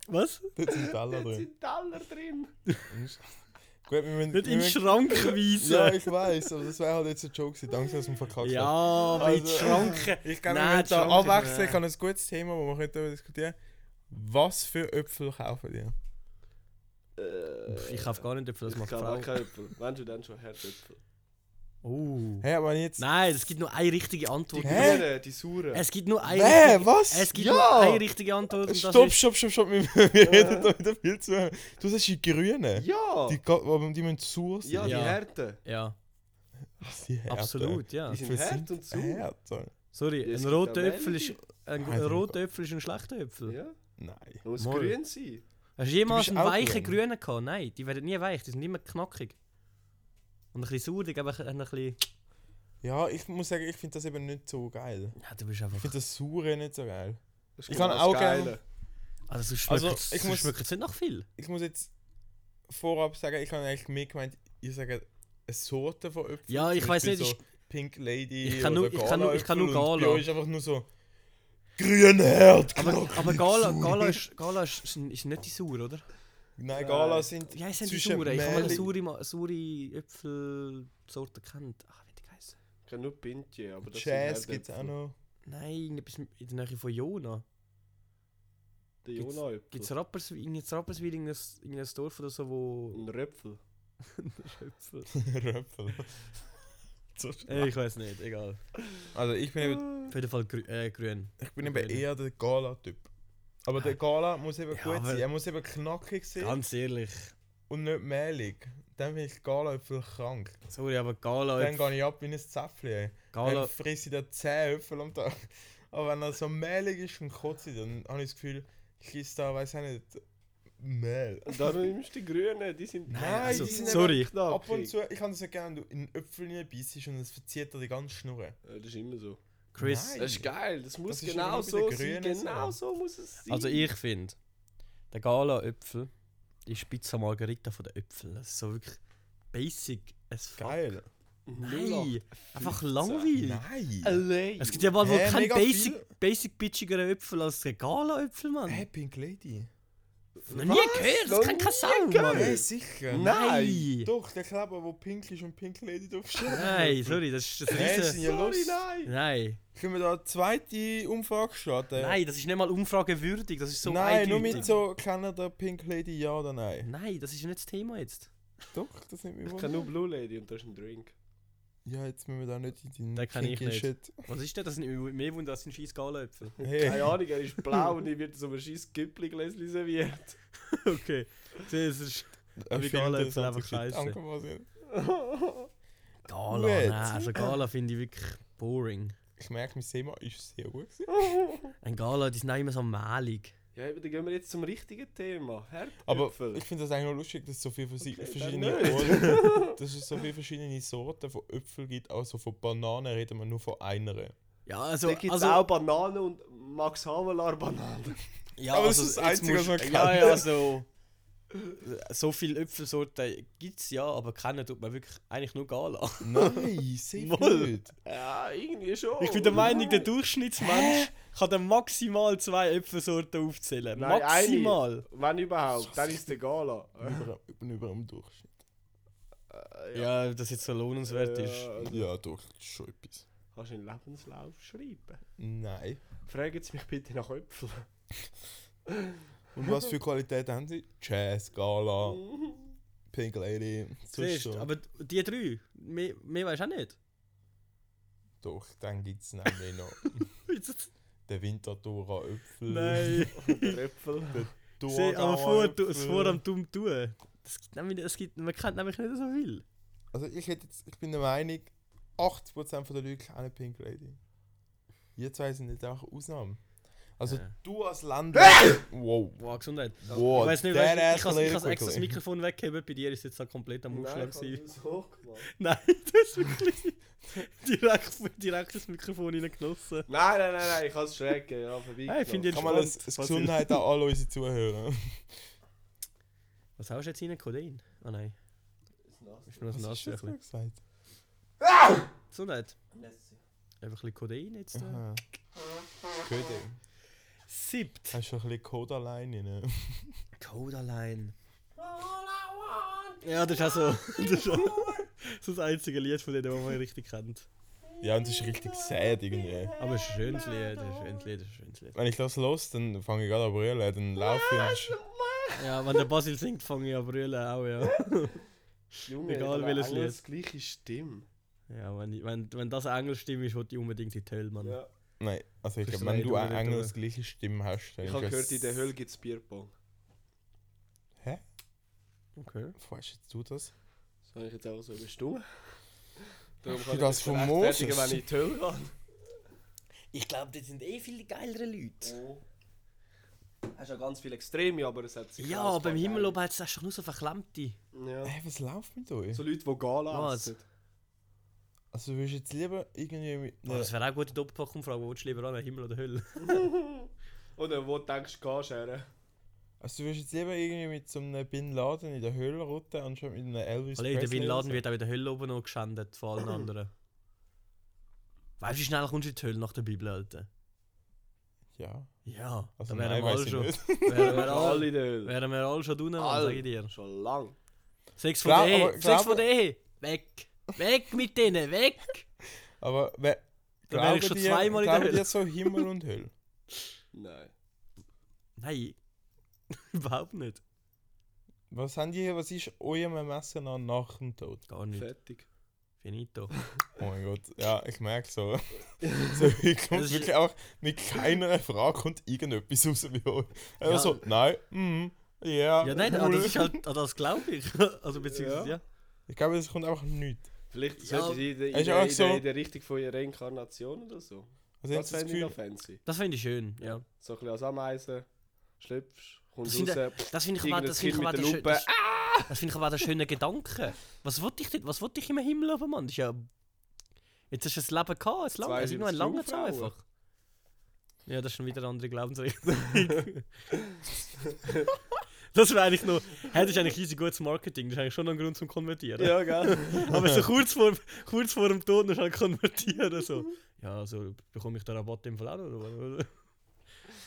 Speaker 2: Was?
Speaker 4: Jetzt sind Teller
Speaker 3: Jetzt
Speaker 4: drin.
Speaker 3: sind Teller drin.
Speaker 4: Gut, wir
Speaker 2: Nicht
Speaker 4: müssen. wir
Speaker 2: in die
Speaker 4: müssen-
Speaker 2: Schranken
Speaker 4: Ja,
Speaker 2: weisen.
Speaker 4: ich weiß, aber das wäre halt jetzt ein Joke gewesen. Danke, dass wir verkackt
Speaker 2: Ja,
Speaker 4: haben.
Speaker 2: aber in die
Speaker 4: Also-
Speaker 2: Schranken.
Speaker 4: Ich kann
Speaker 2: Nein,
Speaker 4: Nein,
Speaker 2: die
Speaker 4: da
Speaker 2: Schranke-
Speaker 4: abwechseln. Ich habe ein gutes Thema, wo wir heute darüber diskutieren Was für Äpfel kaufen die?
Speaker 3: Äh,
Speaker 2: Ich kaufe gar nicht dafür, das
Speaker 3: ich
Speaker 2: macht
Speaker 3: kann auch
Speaker 2: Frau.
Speaker 3: keinen Äpfel. Wenn du dann schon Herdöpfel.
Speaker 2: Oh.
Speaker 4: Hä, aber jetzt.
Speaker 2: Nein, es gibt nur eine richtige Antwort.
Speaker 4: Hä?
Speaker 3: Grünen, die sauren.
Speaker 2: Es gibt nur eine
Speaker 4: Hä,
Speaker 2: richtige
Speaker 4: was?
Speaker 2: Es gibt
Speaker 4: Ja!
Speaker 2: nur eine richtige Antwort und das
Speaker 4: Stopp,
Speaker 2: ist...
Speaker 4: stopp, stopp, stopp. Wir, wir reden da wieder viel zu. Du sagst die Grünen.
Speaker 3: ja!
Speaker 4: Die, ga- aber die müssen sauer sein.
Speaker 3: ja, die
Speaker 2: Ja.
Speaker 3: Härte.
Speaker 2: Ja,
Speaker 4: Die Härte.
Speaker 2: absolut, ja.
Speaker 3: Die sind hart und sauer.
Speaker 4: Härte.
Speaker 2: Sorry,
Speaker 3: Ja, es
Speaker 2: ein
Speaker 3: gibt
Speaker 2: roter
Speaker 3: auch
Speaker 2: Äpfel
Speaker 3: welche.
Speaker 2: ist ein,
Speaker 4: Nein,
Speaker 2: ein
Speaker 4: es
Speaker 2: roter Äpfel ist ein schlechter Äpfel.
Speaker 3: Ja?
Speaker 4: Nein.
Speaker 3: Muss
Speaker 2: Mal.
Speaker 3: grün sein.
Speaker 2: Hast du jemals
Speaker 4: Du
Speaker 2: einen
Speaker 4: bist auch
Speaker 2: weichen
Speaker 4: grün.
Speaker 2: grünen gehabt? Nein, die werden nie weich, die sind immer knackig. Und ein bisschen saurig, aber ein bisschen...
Speaker 4: Ja, ich muss sagen, ich finde das eben nicht so geil.
Speaker 2: Ja, du bist
Speaker 4: Ich
Speaker 2: einfach...
Speaker 4: finde das Saure nicht so geil.
Speaker 3: Das
Speaker 4: Ich
Speaker 3: genau
Speaker 4: kann
Speaker 3: das
Speaker 4: auch
Speaker 3: Geile.
Speaker 4: gerne-
Speaker 2: Also, es
Speaker 4: Also,
Speaker 2: schmeckt es
Speaker 4: ich muss-
Speaker 2: schmeckt jetzt nicht nach viel.
Speaker 4: Ich muss jetzt vorab sagen, ich habe eigentlich mehr gemeint, ihr sagt eine Sorte von Äpfeln.
Speaker 2: Ja, ich
Speaker 4: Zum
Speaker 2: weiss
Speaker 4: Beispiel
Speaker 2: nicht,
Speaker 4: So Pink Lady.
Speaker 2: ich kann
Speaker 4: oder
Speaker 2: nur- ich kann nur- ich kann nur
Speaker 4: Galaäpfel und
Speaker 2: Gala.
Speaker 4: Bei euch ist einfach nur so. Grüne Herd!
Speaker 2: Aber, aber Gala,
Speaker 4: sauer.
Speaker 2: Gala, ist, Gala ist, ist ist nicht die sauer, oder?
Speaker 4: Nein, Gala sind.
Speaker 2: Ja, es sind die
Speaker 4: zwischen
Speaker 2: sauren. Ich habe mal eine
Speaker 4: Mehl-
Speaker 2: saure, Ma- saure Äpfelsorte gekannt. Ach, wie die heissen.
Speaker 3: Ich kann nur Pintje, aber das
Speaker 4: Jazz
Speaker 3: sind
Speaker 4: gibt es auch
Speaker 3: Härtöpfel.
Speaker 4: noch.
Speaker 2: Nein, irgendetwas in der Nähe von Jona.
Speaker 3: Der
Speaker 2: Gibt's-
Speaker 3: Jona Öppel.
Speaker 2: Gibt es Rapperswil, in Rapperswil irgendein, irgendein Dorf oder so, wo.
Speaker 3: Ein Röpfel.
Speaker 2: Schöpfen.
Speaker 4: Röpfel.
Speaker 2: Äh, ich weiß nicht, egal.
Speaker 4: Also ich bin, eben,
Speaker 2: Auf jeden Fall grü äh, grün.
Speaker 4: ich bin
Speaker 2: Ah, Okay. Äh,
Speaker 4: eben eher der Gala-Typ. Aber der Gala muss eben
Speaker 2: Ja,
Speaker 4: gut
Speaker 2: aber-
Speaker 4: sein. Er muss eben knackig sein
Speaker 2: Ganz ehrlich.
Speaker 4: und nicht mehlig. Dann bin ich Gala-Äpfel krank.
Speaker 2: Sorry, aber Gala.
Speaker 4: Dann gehe ich ab wie ein Zäpfchen. ey.
Speaker 2: Gala
Speaker 4: Dann fresse ich da 10 Äpfel am Tag. Aber wenn er so mehlig ist und kotzt, dann habe ich das Gefühl, ich esse da, weiß ich nicht, Mehl.
Speaker 3: Und dann nimmst du die Grünen, die sind
Speaker 4: Nein,
Speaker 3: Nein,
Speaker 4: also,
Speaker 3: die sind
Speaker 2: sorry.
Speaker 3: eben knackig.
Speaker 4: Ab und zu, ich kann das nicht gerne, wenn du in den Äpfel reinbeißt und es verzieht dir die ganze Schnurre.
Speaker 3: Ja, Das ist immer so.
Speaker 2: Chris.
Speaker 4: Nein.
Speaker 3: Das ist geil, das muss
Speaker 4: Das ist
Speaker 3: genau
Speaker 4: immer bei den
Speaker 3: so sein.
Speaker 4: Grünen so.
Speaker 3: Genau so muss es sein.
Speaker 2: Also ich finde, der Gala-Öpfel ist Pizza Margarita von den Äpfeln. Das ist so wirklich basic as fuck.
Speaker 4: Geil.
Speaker 2: Nein, einfach
Speaker 3: 0815.
Speaker 2: langweilig.
Speaker 4: Nein.
Speaker 3: Allein.
Speaker 2: Es gibt ja mal wohl
Speaker 4: Hä,
Speaker 2: keinen
Speaker 4: mega
Speaker 2: basic, basic bitchigeren Äpfel als den Gala-Äpfel, Mann.
Speaker 4: Hey, Pink Lady.
Speaker 2: Noch nie gehört, das
Speaker 3: Noch
Speaker 2: kann
Speaker 3: nie
Speaker 2: kein Sau,
Speaker 3: gehört?
Speaker 2: Mann.
Speaker 4: Hey, sicher.
Speaker 2: Nein.
Speaker 4: Doch, der Kleber, wo pink ist und Pink Lady draufsteht.
Speaker 2: Nein, sorry, das ist das
Speaker 4: Hey,
Speaker 2: riesen-
Speaker 4: sind ja los.
Speaker 3: Sorry, nein.
Speaker 2: Nein,
Speaker 4: Können wir da eine zweite Umfrage starten?
Speaker 2: nein, das ist nicht mal umfragewürdig, das ist so
Speaker 4: Nein, nur
Speaker 2: eindeutig.
Speaker 4: mit so, kennen der Pink Lady ja oder nein?
Speaker 2: Nein, das ist nicht das Thema jetzt.
Speaker 4: Doch, das nimmt mich
Speaker 3: Ich kann nur
Speaker 4: wunder.
Speaker 3: Blue Lady und das ist ein Drink.
Speaker 4: Ja, jetzt müssen wir da nicht in den
Speaker 2: Den kann ich
Speaker 4: kinky
Speaker 2: nicht.
Speaker 4: Shit.
Speaker 2: Was ist denn das? Mehr Wunder als ein scheiß Gala-Äpfel.
Speaker 4: Hey, äh,
Speaker 3: Keine Ahnung, er ist blau und ich wird so ein scheiß Gipfelgläschen serviert.
Speaker 2: okay, das ist... Egal,
Speaker 4: ein viel
Speaker 2: jetzt
Speaker 4: interessanter
Speaker 2: einfach
Speaker 4: Shit.
Speaker 2: scheiße.
Speaker 4: Danke, Marcel.
Speaker 2: Gala,
Speaker 4: Gut.
Speaker 2: nein, also Gala finde ich wirklich boring.
Speaker 4: Ich merke, mein Thema ist sehr gut. gewesen.
Speaker 2: Ein Gala, die sind auch immer so mehlig.
Speaker 3: Ja, eben, dann gehen wir jetzt zum richtigen Thema.
Speaker 4: Aber
Speaker 3: Herdöpfel.
Speaker 4: ich finde das eigentlich noch lustig, dass es so viele versi-
Speaker 3: Okay, dann
Speaker 4: verschiedene
Speaker 3: nicht.
Speaker 4: Orte, dass es so viele verschiedene Sorten von Äpfeln gibt. Also von Bananen reden wir nur von einer.
Speaker 2: Ja, also...
Speaker 3: da gibt es
Speaker 2: also,
Speaker 3: auch Bananen und Max Havelaar Bananen.
Speaker 2: ja, also
Speaker 4: Aber das ist das
Speaker 2: jetzt
Speaker 4: Einzige, was man
Speaker 2: Ja,
Speaker 4: kennt.
Speaker 2: ja, also... So viele Äpfelsorten gibt es ja, aber kennen tut man wirklich eigentlich nur Gala.
Speaker 4: Oh. Nein, sehr
Speaker 2: Wohl.
Speaker 4: gut.
Speaker 3: Ja, irgendwie schon.
Speaker 2: Ich bin der Meinung, der Durchschnittsmensch kann dann maximal zwei Äpfelsorten aufzählen.
Speaker 3: Nein, eine.
Speaker 2: maximal!
Speaker 3: Wenn überhaupt, dann ist der Gala.
Speaker 4: Über, ich bin über dem Durchschnitt.
Speaker 2: Ja, ob das jetzt so lohnenswert ist.
Speaker 3: Ja,
Speaker 4: Ja, doch, das ist schon etwas.
Speaker 3: Äh, kannst du einen Lebenslauf schreiben?
Speaker 4: Nein.
Speaker 3: Fragen Sie mich bitte nach Äpfeln.
Speaker 4: Und was für Qualität haben sie? Jazz, Gala,
Speaker 2: Oh.
Speaker 4: Pink Lady, sonst
Speaker 2: Siehst,
Speaker 4: so.
Speaker 2: aber die drei, mehr, mehr weiß auch nicht.
Speaker 4: Doch, dann gibt es nämlich noch den Winterthurer Äpfel.
Speaker 2: Nein.
Speaker 3: Äpfel.
Speaker 2: Seh, aber vor, du, es
Speaker 4: Äpfel.
Speaker 2: vor am dumm tun. Das gibt nämlich, es gibt, man kennt nämlich nicht so viel.
Speaker 4: Also ich, hätte jetzt, ich bin der Meinung, 80% von der Leute kennen Pink Lady. Ihr zwei sind jetzt auch Ausnahmen. Also
Speaker 2: Ja.
Speaker 4: du als Länder... wow.
Speaker 2: Boah, Gesundheit.
Speaker 4: Wow,
Speaker 2: ich weiß nicht, weiss,
Speaker 4: that
Speaker 2: ich,
Speaker 4: ass
Speaker 2: kann- ich kann
Speaker 4: later
Speaker 2: extra das
Speaker 4: quickly.
Speaker 2: Mikrofon wegheben, bei dir ist jetzt halt komplett am Aufschlag.
Speaker 3: Nein,
Speaker 2: Nein,
Speaker 3: so gemacht.
Speaker 2: Nein das ist wirklich direkt, direkt das Mikrofon reingenossen.
Speaker 3: nein, nein, nein, nein, ich kann es schräg ja, vorbei.
Speaker 2: Hey, finde ich
Speaker 4: Kann man das,
Speaker 2: entspannt.
Speaker 4: das Gesundheit an alle unsere Zuhörer?
Speaker 2: Was hast du jetzt rein? Codein? Ah nein, ist nur ein
Speaker 4: Was hast du jetzt
Speaker 2: Nassbüchlein.
Speaker 4: gesagt?
Speaker 2: Gesundheit. Einfach ein bisschen Codein jetzt. Da.
Speaker 4: Aha. Köder.
Speaker 2: Siebt.
Speaker 4: Hast du ein bisschen Code ne? allein rein?
Speaker 2: Codaline. Ja, das ist auch so. Das ist, auch, das, ist das einzige Lied von denen, das man richtig kennt.
Speaker 4: Ja, und es ist richtig sad irgendwie.
Speaker 2: Aber es ist ein schönes Lied, es ist ein schönes Lied, es ist ein schönes Lied.
Speaker 4: Wenn ich das los, dann fange ich gerade an zu brüllen, dann laufe ich. und sch-
Speaker 2: Ja, wenn der Basil singt, fange ich an brüllen auch, ja.
Speaker 3: Junge,
Speaker 2: Egal,
Speaker 3: aber
Speaker 2: welches
Speaker 3: alles gleiche Stimme.
Speaker 2: Ja, wenn, ich- wenn, wenn das Engelstimme ist, wollte ich unbedingt in die Hölle, Mann.
Speaker 3: Ja.
Speaker 4: Nein, also ich
Speaker 2: Das
Speaker 4: glaube,
Speaker 2: ist
Speaker 4: wenn du
Speaker 2: leider
Speaker 4: eine
Speaker 2: nicht
Speaker 4: Engel
Speaker 2: durch.
Speaker 4: das gleiche Stimme hast, dann
Speaker 3: Ich
Speaker 4: ist
Speaker 3: habe
Speaker 4: das-
Speaker 3: gehört, in der Hölle gibt es Bierpong.
Speaker 4: Hä?
Speaker 2: Okay.
Speaker 4: Wo hast jetzt du das?
Speaker 3: Das habe ich jetzt auch so überstimmt. Darum
Speaker 4: Wie das von Moses.
Speaker 3: rechtfertigen, wenn ich in die Hölle gehe.
Speaker 2: Ich glaube, das sind eh viel geilere Leute.
Speaker 4: Oh.
Speaker 3: Hast ja ganz viele Extreme, aber es hat sich
Speaker 2: Ja,
Speaker 3: auch ein
Speaker 2: aber im
Speaker 3: paar
Speaker 2: Himmel oben hat es schon nur so verklemmte.
Speaker 3: geile. Ja.
Speaker 4: Hey, was läuft mit euch?
Speaker 3: So Leute, die Gala
Speaker 2: Was?
Speaker 3: essen.
Speaker 4: Also, du würdest jetzt lieber irgendwie mit.
Speaker 2: Oh, das wäre auch eine gute Doppelpack-Umfrage, wo willst du lieber an, Himmel oder Hölle?
Speaker 3: Oder wo du denkst du, gehst her?
Speaker 4: Also, du würdest jetzt lieber irgendwie mit so einem Bin Laden in der Höhle rutschen, anstatt mit einem Elvis.
Speaker 2: Alle, der
Speaker 4: Presley
Speaker 2: Bin Laden
Speaker 4: oder Hm.
Speaker 2: wird auch in der Hölle oben noch geschändet, von allen anderen. Weißt du, wie schnell kommst du in die Hölle nach der Bibel, Alter?
Speaker 4: so. Ja.
Speaker 2: Ja,
Speaker 4: Also,
Speaker 2: da wären
Speaker 4: nein,
Speaker 2: wir
Speaker 4: weiß
Speaker 2: alle
Speaker 4: ich
Speaker 2: schon.
Speaker 4: nicht.
Speaker 2: Wären wir
Speaker 3: Alle
Speaker 2: alle,
Speaker 3: in der Hölle.
Speaker 2: wären wir alle schon drinnen, Mann, sag ich dir.
Speaker 3: Schon lang.
Speaker 2: Sechs von
Speaker 4: Glaub-
Speaker 2: der
Speaker 4: aber-
Speaker 2: Ehe, sechs von
Speaker 4: glaub-
Speaker 2: der Ehe, weg! Weg mit denen, weg!
Speaker 4: Aber wer.
Speaker 2: Da wär ich
Speaker 4: glauben
Speaker 2: schon
Speaker 4: die-
Speaker 2: zweimal in der
Speaker 4: glauben
Speaker 2: Hölle.
Speaker 4: die so Himmel und Hölle.
Speaker 3: Nein.
Speaker 2: Nein. Überhaupt nicht.
Speaker 4: Was haben die hier? Was ist eurem Ermessen an nach dem Tod?
Speaker 2: Gar nicht.
Speaker 3: Fertig.
Speaker 2: Finito.
Speaker 4: Oh mein Gott, ja, ich merke so. so ich
Speaker 2: Das
Speaker 4: kommt
Speaker 2: ist-
Speaker 4: wirklich auch mit keiner Frage kommt irgendetwas raus bei euch. Also, nein, mhm, ja.
Speaker 2: Ja, nein,
Speaker 4: cool.
Speaker 2: aber das ist halt, ah, das glaube ich. Also beziehungsweise,
Speaker 3: Ja.
Speaker 2: ja.
Speaker 4: Ich glaube, es kommt einfach nichts.
Speaker 3: Vielleicht
Speaker 2: Ja,
Speaker 3: sollte sie in, der-
Speaker 4: ist
Speaker 3: in,
Speaker 4: auch
Speaker 3: der- in,
Speaker 4: so-
Speaker 3: der- in der Richtung von ihrer Reinkarnation oder so.
Speaker 4: Also,
Speaker 3: Das
Speaker 4: das das
Speaker 3: fände ich noch
Speaker 4: Gefühl,
Speaker 3: fancy.
Speaker 2: Das finde ich schön, ja.
Speaker 3: So ein bisschen als Ameisen, schlüpfst,
Speaker 2: Das
Speaker 3: kommst
Speaker 2: finde
Speaker 3: raus.
Speaker 2: ich, das finde ich aber,
Speaker 3: irgendein
Speaker 2: das finde ich
Speaker 3: Kind
Speaker 2: aber
Speaker 3: mit
Speaker 2: der
Speaker 3: der
Speaker 2: schön,
Speaker 3: Lupe.
Speaker 2: das, das finde ich aber der schöne Gedanke. Was wollte ich denn, was wollte ich im Himmel aber Mann? Das ist ja, jetzt hast du ein Leben gehabt, es lang, es ist nur ein langes
Speaker 3: 72
Speaker 2: Leben
Speaker 3: Jungfrauen.
Speaker 2: einfach. Ja, das ist schon wieder eine andere Glaubensrichtung. das wäre eigentlich noch, hey, das ist eigentlich easy gutes Marketing, das ist eigentlich schon noch ein Grund zum Konvertieren.
Speaker 3: Ah, Ja, gell?
Speaker 2: Aber so kurz vor, kurz vor dem Tod noch schnell konvertieren. So. Ja, also bekomme ich den Rabatt im Fall auch noch, oder? oder?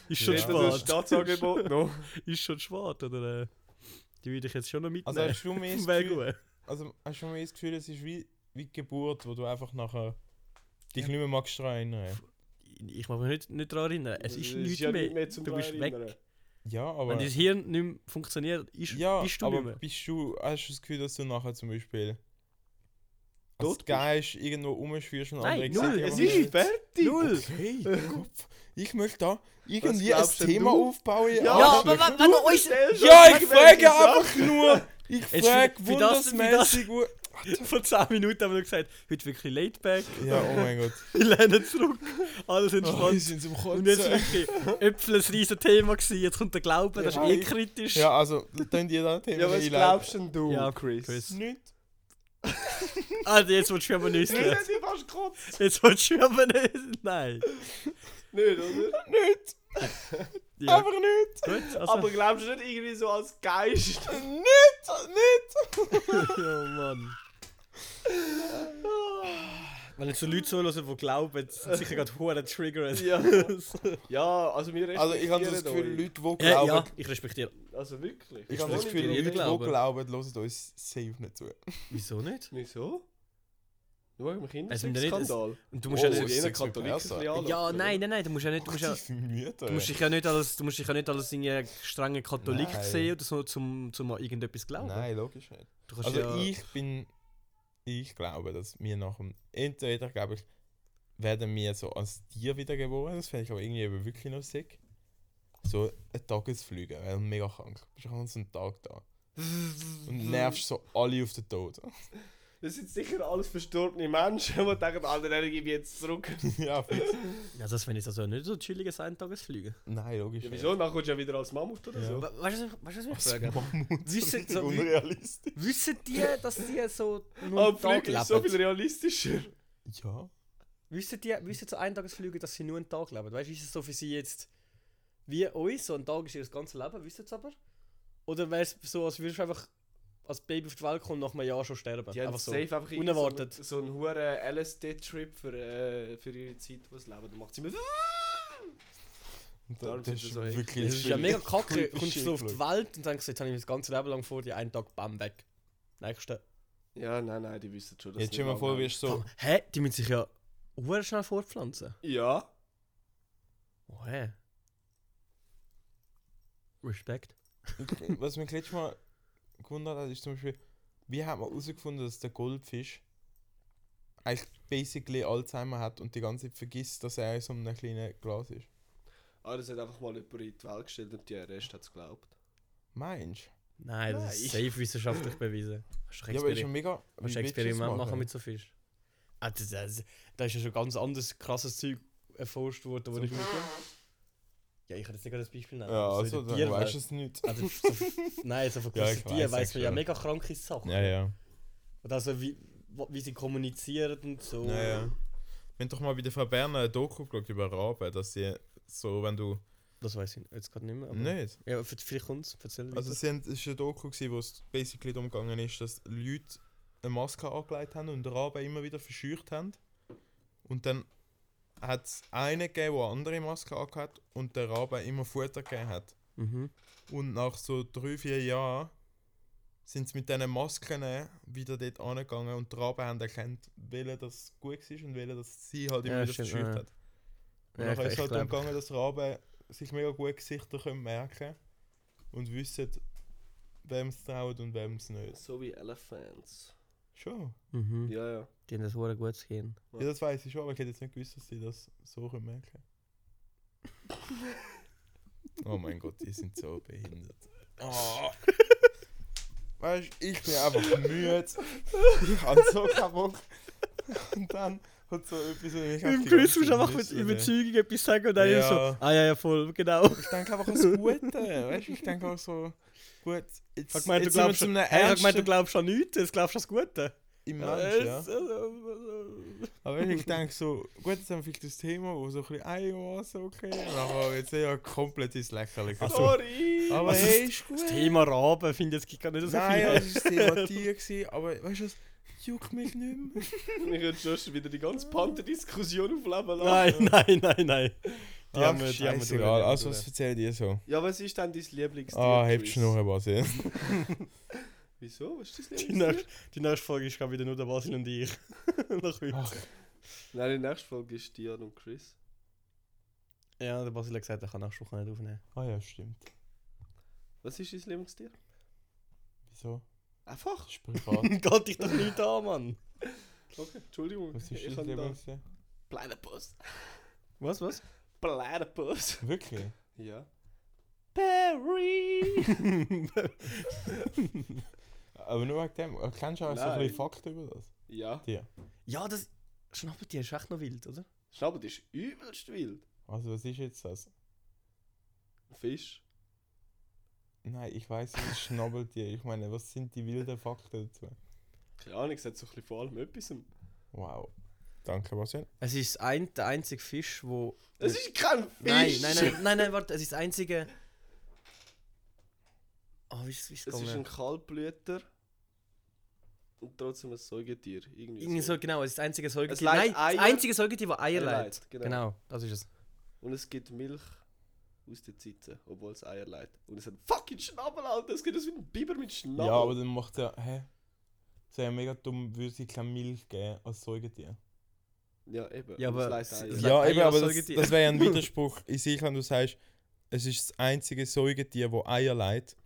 Speaker 2: Ist schon
Speaker 4: Ja.
Speaker 3: Steht das
Speaker 2: spät.
Speaker 3: Staatsangebot noch?
Speaker 2: Ist schon spät, oder? äh, Die würde ich jetzt schon noch mitnehmen.
Speaker 4: also,
Speaker 2: Also,
Speaker 4: hast du mehr das
Speaker 2: Wäre
Speaker 4: Gefühl,
Speaker 2: gut.
Speaker 4: Also hast du schon mal das Gefühl, es ist wie, wie die Geburt, wo du einfach nachher dich nicht mehr magst daran erinnern.
Speaker 2: Ich mag mich nicht, nicht daran erinnern. Es ist nichts
Speaker 3: ja
Speaker 2: mehr.
Speaker 3: nicht mehr zum
Speaker 2: Du bist
Speaker 3: dran
Speaker 2: weg.
Speaker 3: erinnern.
Speaker 4: Ja, aber.
Speaker 2: Wenn dein Hirn nicht mehr funktioniert, ist,
Speaker 4: ja,
Speaker 2: bist du
Speaker 4: aber
Speaker 2: nicht mehr.
Speaker 4: bist du, hast du das Gefühl, dass du nachher zum Beispiel als
Speaker 3: Tot bist?
Speaker 4: Geist irgendwo rumschwirrst und
Speaker 2: Nein,
Speaker 4: andere
Speaker 2: null,
Speaker 4: sehen
Speaker 2: es
Speaker 3: Es
Speaker 4: dich
Speaker 3: ist
Speaker 4: einfach
Speaker 3: fertig!
Speaker 2: Null!
Speaker 4: nicht. Okay, Kopf. Ich möchte da irgendwie ein
Speaker 3: glaubst denn
Speaker 4: Thema
Speaker 3: du?
Speaker 4: aufbauen.
Speaker 3: Ja,
Speaker 4: Arschloch.
Speaker 2: wa- wenn du uns
Speaker 3: genau
Speaker 4: ja, ich frage einfach nur. Ich
Speaker 2: für-
Speaker 4: frage
Speaker 2: für das- für das-
Speaker 4: wundersmäßig. wo-
Speaker 2: vor 10 Minuten haben wir noch gesagt, heute wirklich laid back,
Speaker 4: Ja, oh mein Gott.
Speaker 2: wir lernen zurück, alles
Speaker 4: Oh,
Speaker 2: entspannt.
Speaker 4: wir sind zum
Speaker 2: Und jetzt
Speaker 4: Kotzen.
Speaker 2: wirklich, Äpfel ist ein riesen Thema gewesen, jetzt kommt der Glaube, das ist
Speaker 4: Ja,
Speaker 2: eh
Speaker 4: ich-
Speaker 2: kritisch.
Speaker 4: Ja, also, dann dir da ein Thema
Speaker 3: Ja, was
Speaker 4: einleiten.
Speaker 3: glaubst denn du,
Speaker 2: Ja,
Speaker 3: Chris?
Speaker 2: Chris.
Speaker 4: Nicht.
Speaker 2: Also jetzt willst du mir aber nicht
Speaker 3: Nicht,
Speaker 2: sagen.
Speaker 3: dass ich fast gekotzt.
Speaker 2: Jetzt willst du mir aber nicht. Nein.
Speaker 3: Nicht, oder?
Speaker 4: Nicht!
Speaker 2: Ja,
Speaker 4: Einfach nicht!
Speaker 2: gut, also.
Speaker 3: Aber glaubst du nicht irgendwie so als Geist?
Speaker 4: Nicht! Nicht!
Speaker 2: ja, Mann. Wenn jetzt so Leute zuhören, die glauben, sind sicher gerade hohe Trigger.
Speaker 3: Ja. Ja, also wir
Speaker 4: Also ich habe so das
Speaker 3: respektieren
Speaker 4: Gefühl,
Speaker 3: euch.
Speaker 4: Leute, die glauben,
Speaker 2: Ja, ja, ich respektiere.
Speaker 3: Also wirklich?
Speaker 4: ich habe das
Speaker 2: respektiere
Speaker 4: Gefühl,
Speaker 2: jeden
Speaker 4: Leute, die
Speaker 2: Glauben.
Speaker 4: glauben, hören uns safe nicht zu.
Speaker 2: Wieso nicht?
Speaker 3: Wieso? Schau, im
Speaker 2: Also wir reden-
Speaker 3: Kindersex-Skandal.
Speaker 2: Und du musst
Speaker 4: Oh,
Speaker 2: ja nicht.
Speaker 4: es-
Speaker 3: jeder
Speaker 4: Sex mit
Speaker 3: Katholik ein bisschen
Speaker 4: Perser.
Speaker 3: anschauen,
Speaker 2: Ja,
Speaker 3: oder?
Speaker 2: nein, nein, nein, du musst ja nicht. Du musst ja,
Speaker 4: Aktive Mütter.
Speaker 2: du musst dich ja nicht alles, du musst dich ja nicht alles in einen strengen Katholik
Speaker 4: Nein.
Speaker 2: sehen oder so, zum, zum an irgendetwas glauben.
Speaker 4: Nein, logisch nicht.
Speaker 2: Du kannst
Speaker 4: Also
Speaker 2: ja,
Speaker 4: ich bin... Ich glaube, dass wir nach dem... Entweder, glaube ich, werden wir so als Tier wiedergeboren. Das fände ich aber irgendwie eben wirklich noch sick. So ein Tagesflüge, weil mega krank. Du bist den ganzen Tag da. Und nervst so alle auf den Tod.
Speaker 3: Das sind sicher alles verstorbene Menschen, die denken, Alter, dann gebe ich jetzt zurück.
Speaker 4: ja, fix.
Speaker 2: ja, das finde ich also nicht so chilliges Eintagesflüge.
Speaker 4: Nein, logisch
Speaker 3: Ja,
Speaker 4: nicht.
Speaker 3: wieso? Dann kommst du ja wieder als Mammut oder so.
Speaker 2: We- Weißt du, was ich- weißt du, was ich mich frage?
Speaker 4: Mammut.
Speaker 2: Wie sind so- wie-
Speaker 4: unrealistisch.
Speaker 2: Wissen die, dass die so nur
Speaker 3: Aber
Speaker 2: einen Tag
Speaker 3: Flüge ist so
Speaker 2: leben?
Speaker 3: viel realistischer.
Speaker 4: Ja.
Speaker 2: Wissen die, wissen so Eintagesflüge, dass sie nur einen Tag leben? Weißt du, ist es so für sie jetzt wie uns, so ein Tag ist ihr das ganze Leben, wissen sie aber? Oder wäre es so, als würdest du einfach als Baby auf die Welt kommen und nach einem Jahr schon sterben?
Speaker 3: Die haben
Speaker 2: einfach so.
Speaker 3: safe einfach irgendwie
Speaker 2: unerwartet.
Speaker 3: So, so einen hohen LSD-Trip für, äh, für ihre Zeit, die sie leben. Da macht sie immer.
Speaker 4: Und
Speaker 3: Darum
Speaker 4: das
Speaker 3: sind
Speaker 4: ist
Speaker 3: wir so echt.
Speaker 4: wirklich
Speaker 2: Das ist ja mega kacke,
Speaker 4: creepy
Speaker 2: kommst du so auf die
Speaker 4: shit,
Speaker 2: Welt und denkst, jetzt habe ich das ganze Leben lang vor dir, einen Tag, bam, weg. Nächste.
Speaker 3: Ja, nein, nein, die wissen schon, dass
Speaker 4: Jetzt
Speaker 3: sie
Speaker 4: stell dir mal
Speaker 3: lang
Speaker 4: vor,
Speaker 3: leben.
Speaker 4: wirst du so.
Speaker 2: Hä? Die müssen sich ja sehr schnell fortpflanzen.
Speaker 3: Ja.
Speaker 2: Oh, hä? Respekt.
Speaker 4: Was mich letztes Mal gewundert hat, ist zum Beispiel, wie hat man herausgefunden, dass der Goldfisch eigentlich basically Alzheimer hat und die ganze Zeit vergisst, dass er in so einem kleinen Glas ist?
Speaker 3: Ah, das hat einfach mal jemand in die Welt gestellt und der Rest hat es geglaubt.
Speaker 4: Meinst
Speaker 2: Nein, das ist safe wissenschaftlich bewiesen. Hast du
Speaker 4: du?
Speaker 2: doch
Speaker 4: Ja, aber
Speaker 2: Experiment-
Speaker 4: ist ja mega. wie
Speaker 2: Kannst du
Speaker 4: willst du das
Speaker 2: Experiment machen mit so Fisch? Ah, das, das, da ist ja schon ganz anderes krasses Zeug erforscht worden, wo ich mit. Ja, ich kann jetzt nicht gerade das Beispiel nennen.
Speaker 4: Ja,
Speaker 2: aber
Speaker 4: also,
Speaker 2: in der
Speaker 4: dann
Speaker 2: Tierwelt-
Speaker 4: weißt du es nicht.
Speaker 2: also, so, Nein, so von
Speaker 4: Ja, ich
Speaker 2: gewissen Tieren
Speaker 4: weiss,
Speaker 2: weiss man ja
Speaker 4: actually.
Speaker 2: mega kranke Sachen.
Speaker 4: Ja, ja.
Speaker 2: Und also wie, wo- wie sie kommunizieren und so.
Speaker 4: Ja, ja. Wenn doch mal bei der Frau Berner ein Doku geschaut über Raben, dass sie so, wenn du.
Speaker 2: Das weiß ich jetzt gerade nicht mehr. Aber
Speaker 4: Nicht.
Speaker 2: Ja, aber vielleicht uns, erzähl
Speaker 4: Also,
Speaker 2: weiter.
Speaker 4: es war eine Doku, gewesen, wo es basically darum gegangen ist, dass Leute eine Maske angelegt haben und Raben immer wieder verscheucht haben. Und dann hat es einen gegeben, der eine andere Maske angelegt hat und der Rabe immer Futter gegeben hat.
Speaker 2: Mhm.
Speaker 4: Und nach so drei, vier Jahren sind sie mit diesen Masken wieder dort angegangen und die Raben haben erkannt, welcher das gut war und welcher das sie halt immer
Speaker 2: Ja,
Speaker 4: wieder
Speaker 2: stimmt,
Speaker 4: verscheucht
Speaker 2: ja.
Speaker 4: hat. Und dann ist es halt darum halt gegangen, dass Raben sich mega gut Gesichter können merken und wissen, wem es traut und wem es nicht.
Speaker 3: So wie Elephants.
Speaker 4: Schon.
Speaker 2: Mhm.
Speaker 3: Ja, ja.
Speaker 2: Die haben das hure gut zu gehen.
Speaker 4: Ja, das weiß ich schon, aber ich hätte jetzt nicht gewusst, dass sie das so können merken Oh mein Gott, die sind so behindert. Oh. Weißt du, ich bin einfach müde. Ich habe so keinen Bock. Und dann hat so etwas, wenn ich
Speaker 2: Im Chris musst du einfach mit Überzeugung etwas sagen und dann
Speaker 4: Ja.
Speaker 2: ist so, ah ja, ja, voll, genau.
Speaker 4: Ich denke einfach an das Gute. äh, Weißt du, ich denke auch so, gut, jetzt,
Speaker 2: Ich habe gemeint, du
Speaker 4: jetzt sind wir
Speaker 2: glaubst,
Speaker 4: zu
Speaker 2: schon-
Speaker 4: einem
Speaker 2: Hey, ich hab gemeint, du
Speaker 4: ernsten
Speaker 2: glaubst an nichts, jetzt glaubst du an das Gute.
Speaker 4: im
Speaker 2: Äh,
Speaker 4: Mensch, ja.
Speaker 2: es- äh, äh,
Speaker 4: Aber wenn ich denke so, gut, jetzt haben wir vielleicht das Thema, wo so ein bisschen iOS okay, aber jetzt eh ja komplett ins Lächeln gegangen.
Speaker 3: Sorry!
Speaker 4: Aber
Speaker 2: Also,
Speaker 4: hey, ist gut.
Speaker 2: Das Thema Raben finde ich jetzt gar nicht so
Speaker 4: Nein, ja,
Speaker 2: viel.
Speaker 4: das war das Thema Tier, gewesen, aber weißt du was, juckt mich nicht mehr.
Speaker 3: Ich könnte schon wieder die ganze Panther-Diskussion aufleben lassen.
Speaker 2: Nein, nein, nein, nein. Die
Speaker 4: Ach,
Speaker 2: haben wir, die haben wir
Speaker 4: scheißegal.
Speaker 2: durch,
Speaker 4: Also,
Speaker 2: durch.
Speaker 4: was erzählt ihr so?
Speaker 3: Ja, was ist denn dein Lieblingstier?
Speaker 4: Ah,
Speaker 3: Chris?
Speaker 4: hebst du noch was, ja?
Speaker 3: Wieso? Was ist dein
Speaker 2: Die
Speaker 3: Lieblingstier?
Speaker 2: nächste, die nächste Folge ist gerade wieder nur der Basil und ich. Nach heute.
Speaker 4: Ach,
Speaker 3: Nein, die nächste Folge ist Dian und Chris.
Speaker 2: Ja, der Basil hat gesagt, er kann nächste Woche nicht aufnehmen.
Speaker 4: ah ja, stimmt.
Speaker 3: Was ist dein Lieblingstier?
Speaker 4: Wieso?
Speaker 3: Einfach?
Speaker 4: Das ist privat.
Speaker 2: Geht dich doch nicht an, Mann.
Speaker 3: Okay, Entschuldigung.
Speaker 4: Was ist
Speaker 3: ich
Speaker 4: das
Speaker 3: hab da-
Speaker 4: Lieblingste?
Speaker 3: Platypus.
Speaker 2: Was, was?
Speaker 3: Platypus.
Speaker 4: Wirklich?
Speaker 3: Ja. Perry!
Speaker 4: Aber nur wegen dem. äh, Kennst du auch so ein
Speaker 3: Nein.
Speaker 4: bisschen Fakten über das?
Speaker 3: ja.
Speaker 4: Tier.
Speaker 2: ja, das... Schnabeltier ist echt noch wild, oder?
Speaker 3: Schnabel ist übelst wild.
Speaker 4: Also, was ist jetzt das?
Speaker 3: Fisch.
Speaker 4: Nein, ich weiß, es ist Schnabeltier. Ich meine, was sind die wilden Fakten dazu?
Speaker 3: Keine Ahnung, es hat so ein bisschen vor allem etwas.
Speaker 4: Wow. Danke, Bastian.
Speaker 2: Es ist ein, der einzige Fisch, wo...
Speaker 3: Es ist kein Fisch!
Speaker 2: Nein, nein, nein, nein, nein, warte, es ist das einzige... Oh, wie ist wie ist es
Speaker 3: Es ist
Speaker 2: gegangen?
Speaker 3: ein Kaltblüter. Und trotzdem ein Säugetier. Irgendwie
Speaker 2: Irgendwie so, genau, es ist das einzige Säugetier...
Speaker 3: legt
Speaker 2: Nein, das
Speaker 3: Eier.
Speaker 2: einzige Säugetier, das Eier
Speaker 3: Eier
Speaker 2: legt.
Speaker 3: legt,
Speaker 2: Genau.
Speaker 3: genau.
Speaker 2: das ist es.
Speaker 3: Und es gibt Milch aus der Zitze, obwohl es Eier leitet. Und es hat fucking Schnabel, Alter. Es geht aus wie ein Biber mit Schnabel.
Speaker 4: Ja, aber dann macht er. Hä? Das wäre ja mega dumm, würde sie keine Milch geben als Säugetier.
Speaker 3: Ja, eben.
Speaker 2: Ja,
Speaker 3: Und es
Speaker 2: aber
Speaker 3: leitet
Speaker 2: es-
Speaker 3: Eier.
Speaker 2: es legt- Eier als Säugetier.
Speaker 4: wäre ja ein Widerspruch in sich, wenn du sagst, es ist das einzige Säugetier, das Eier leitet.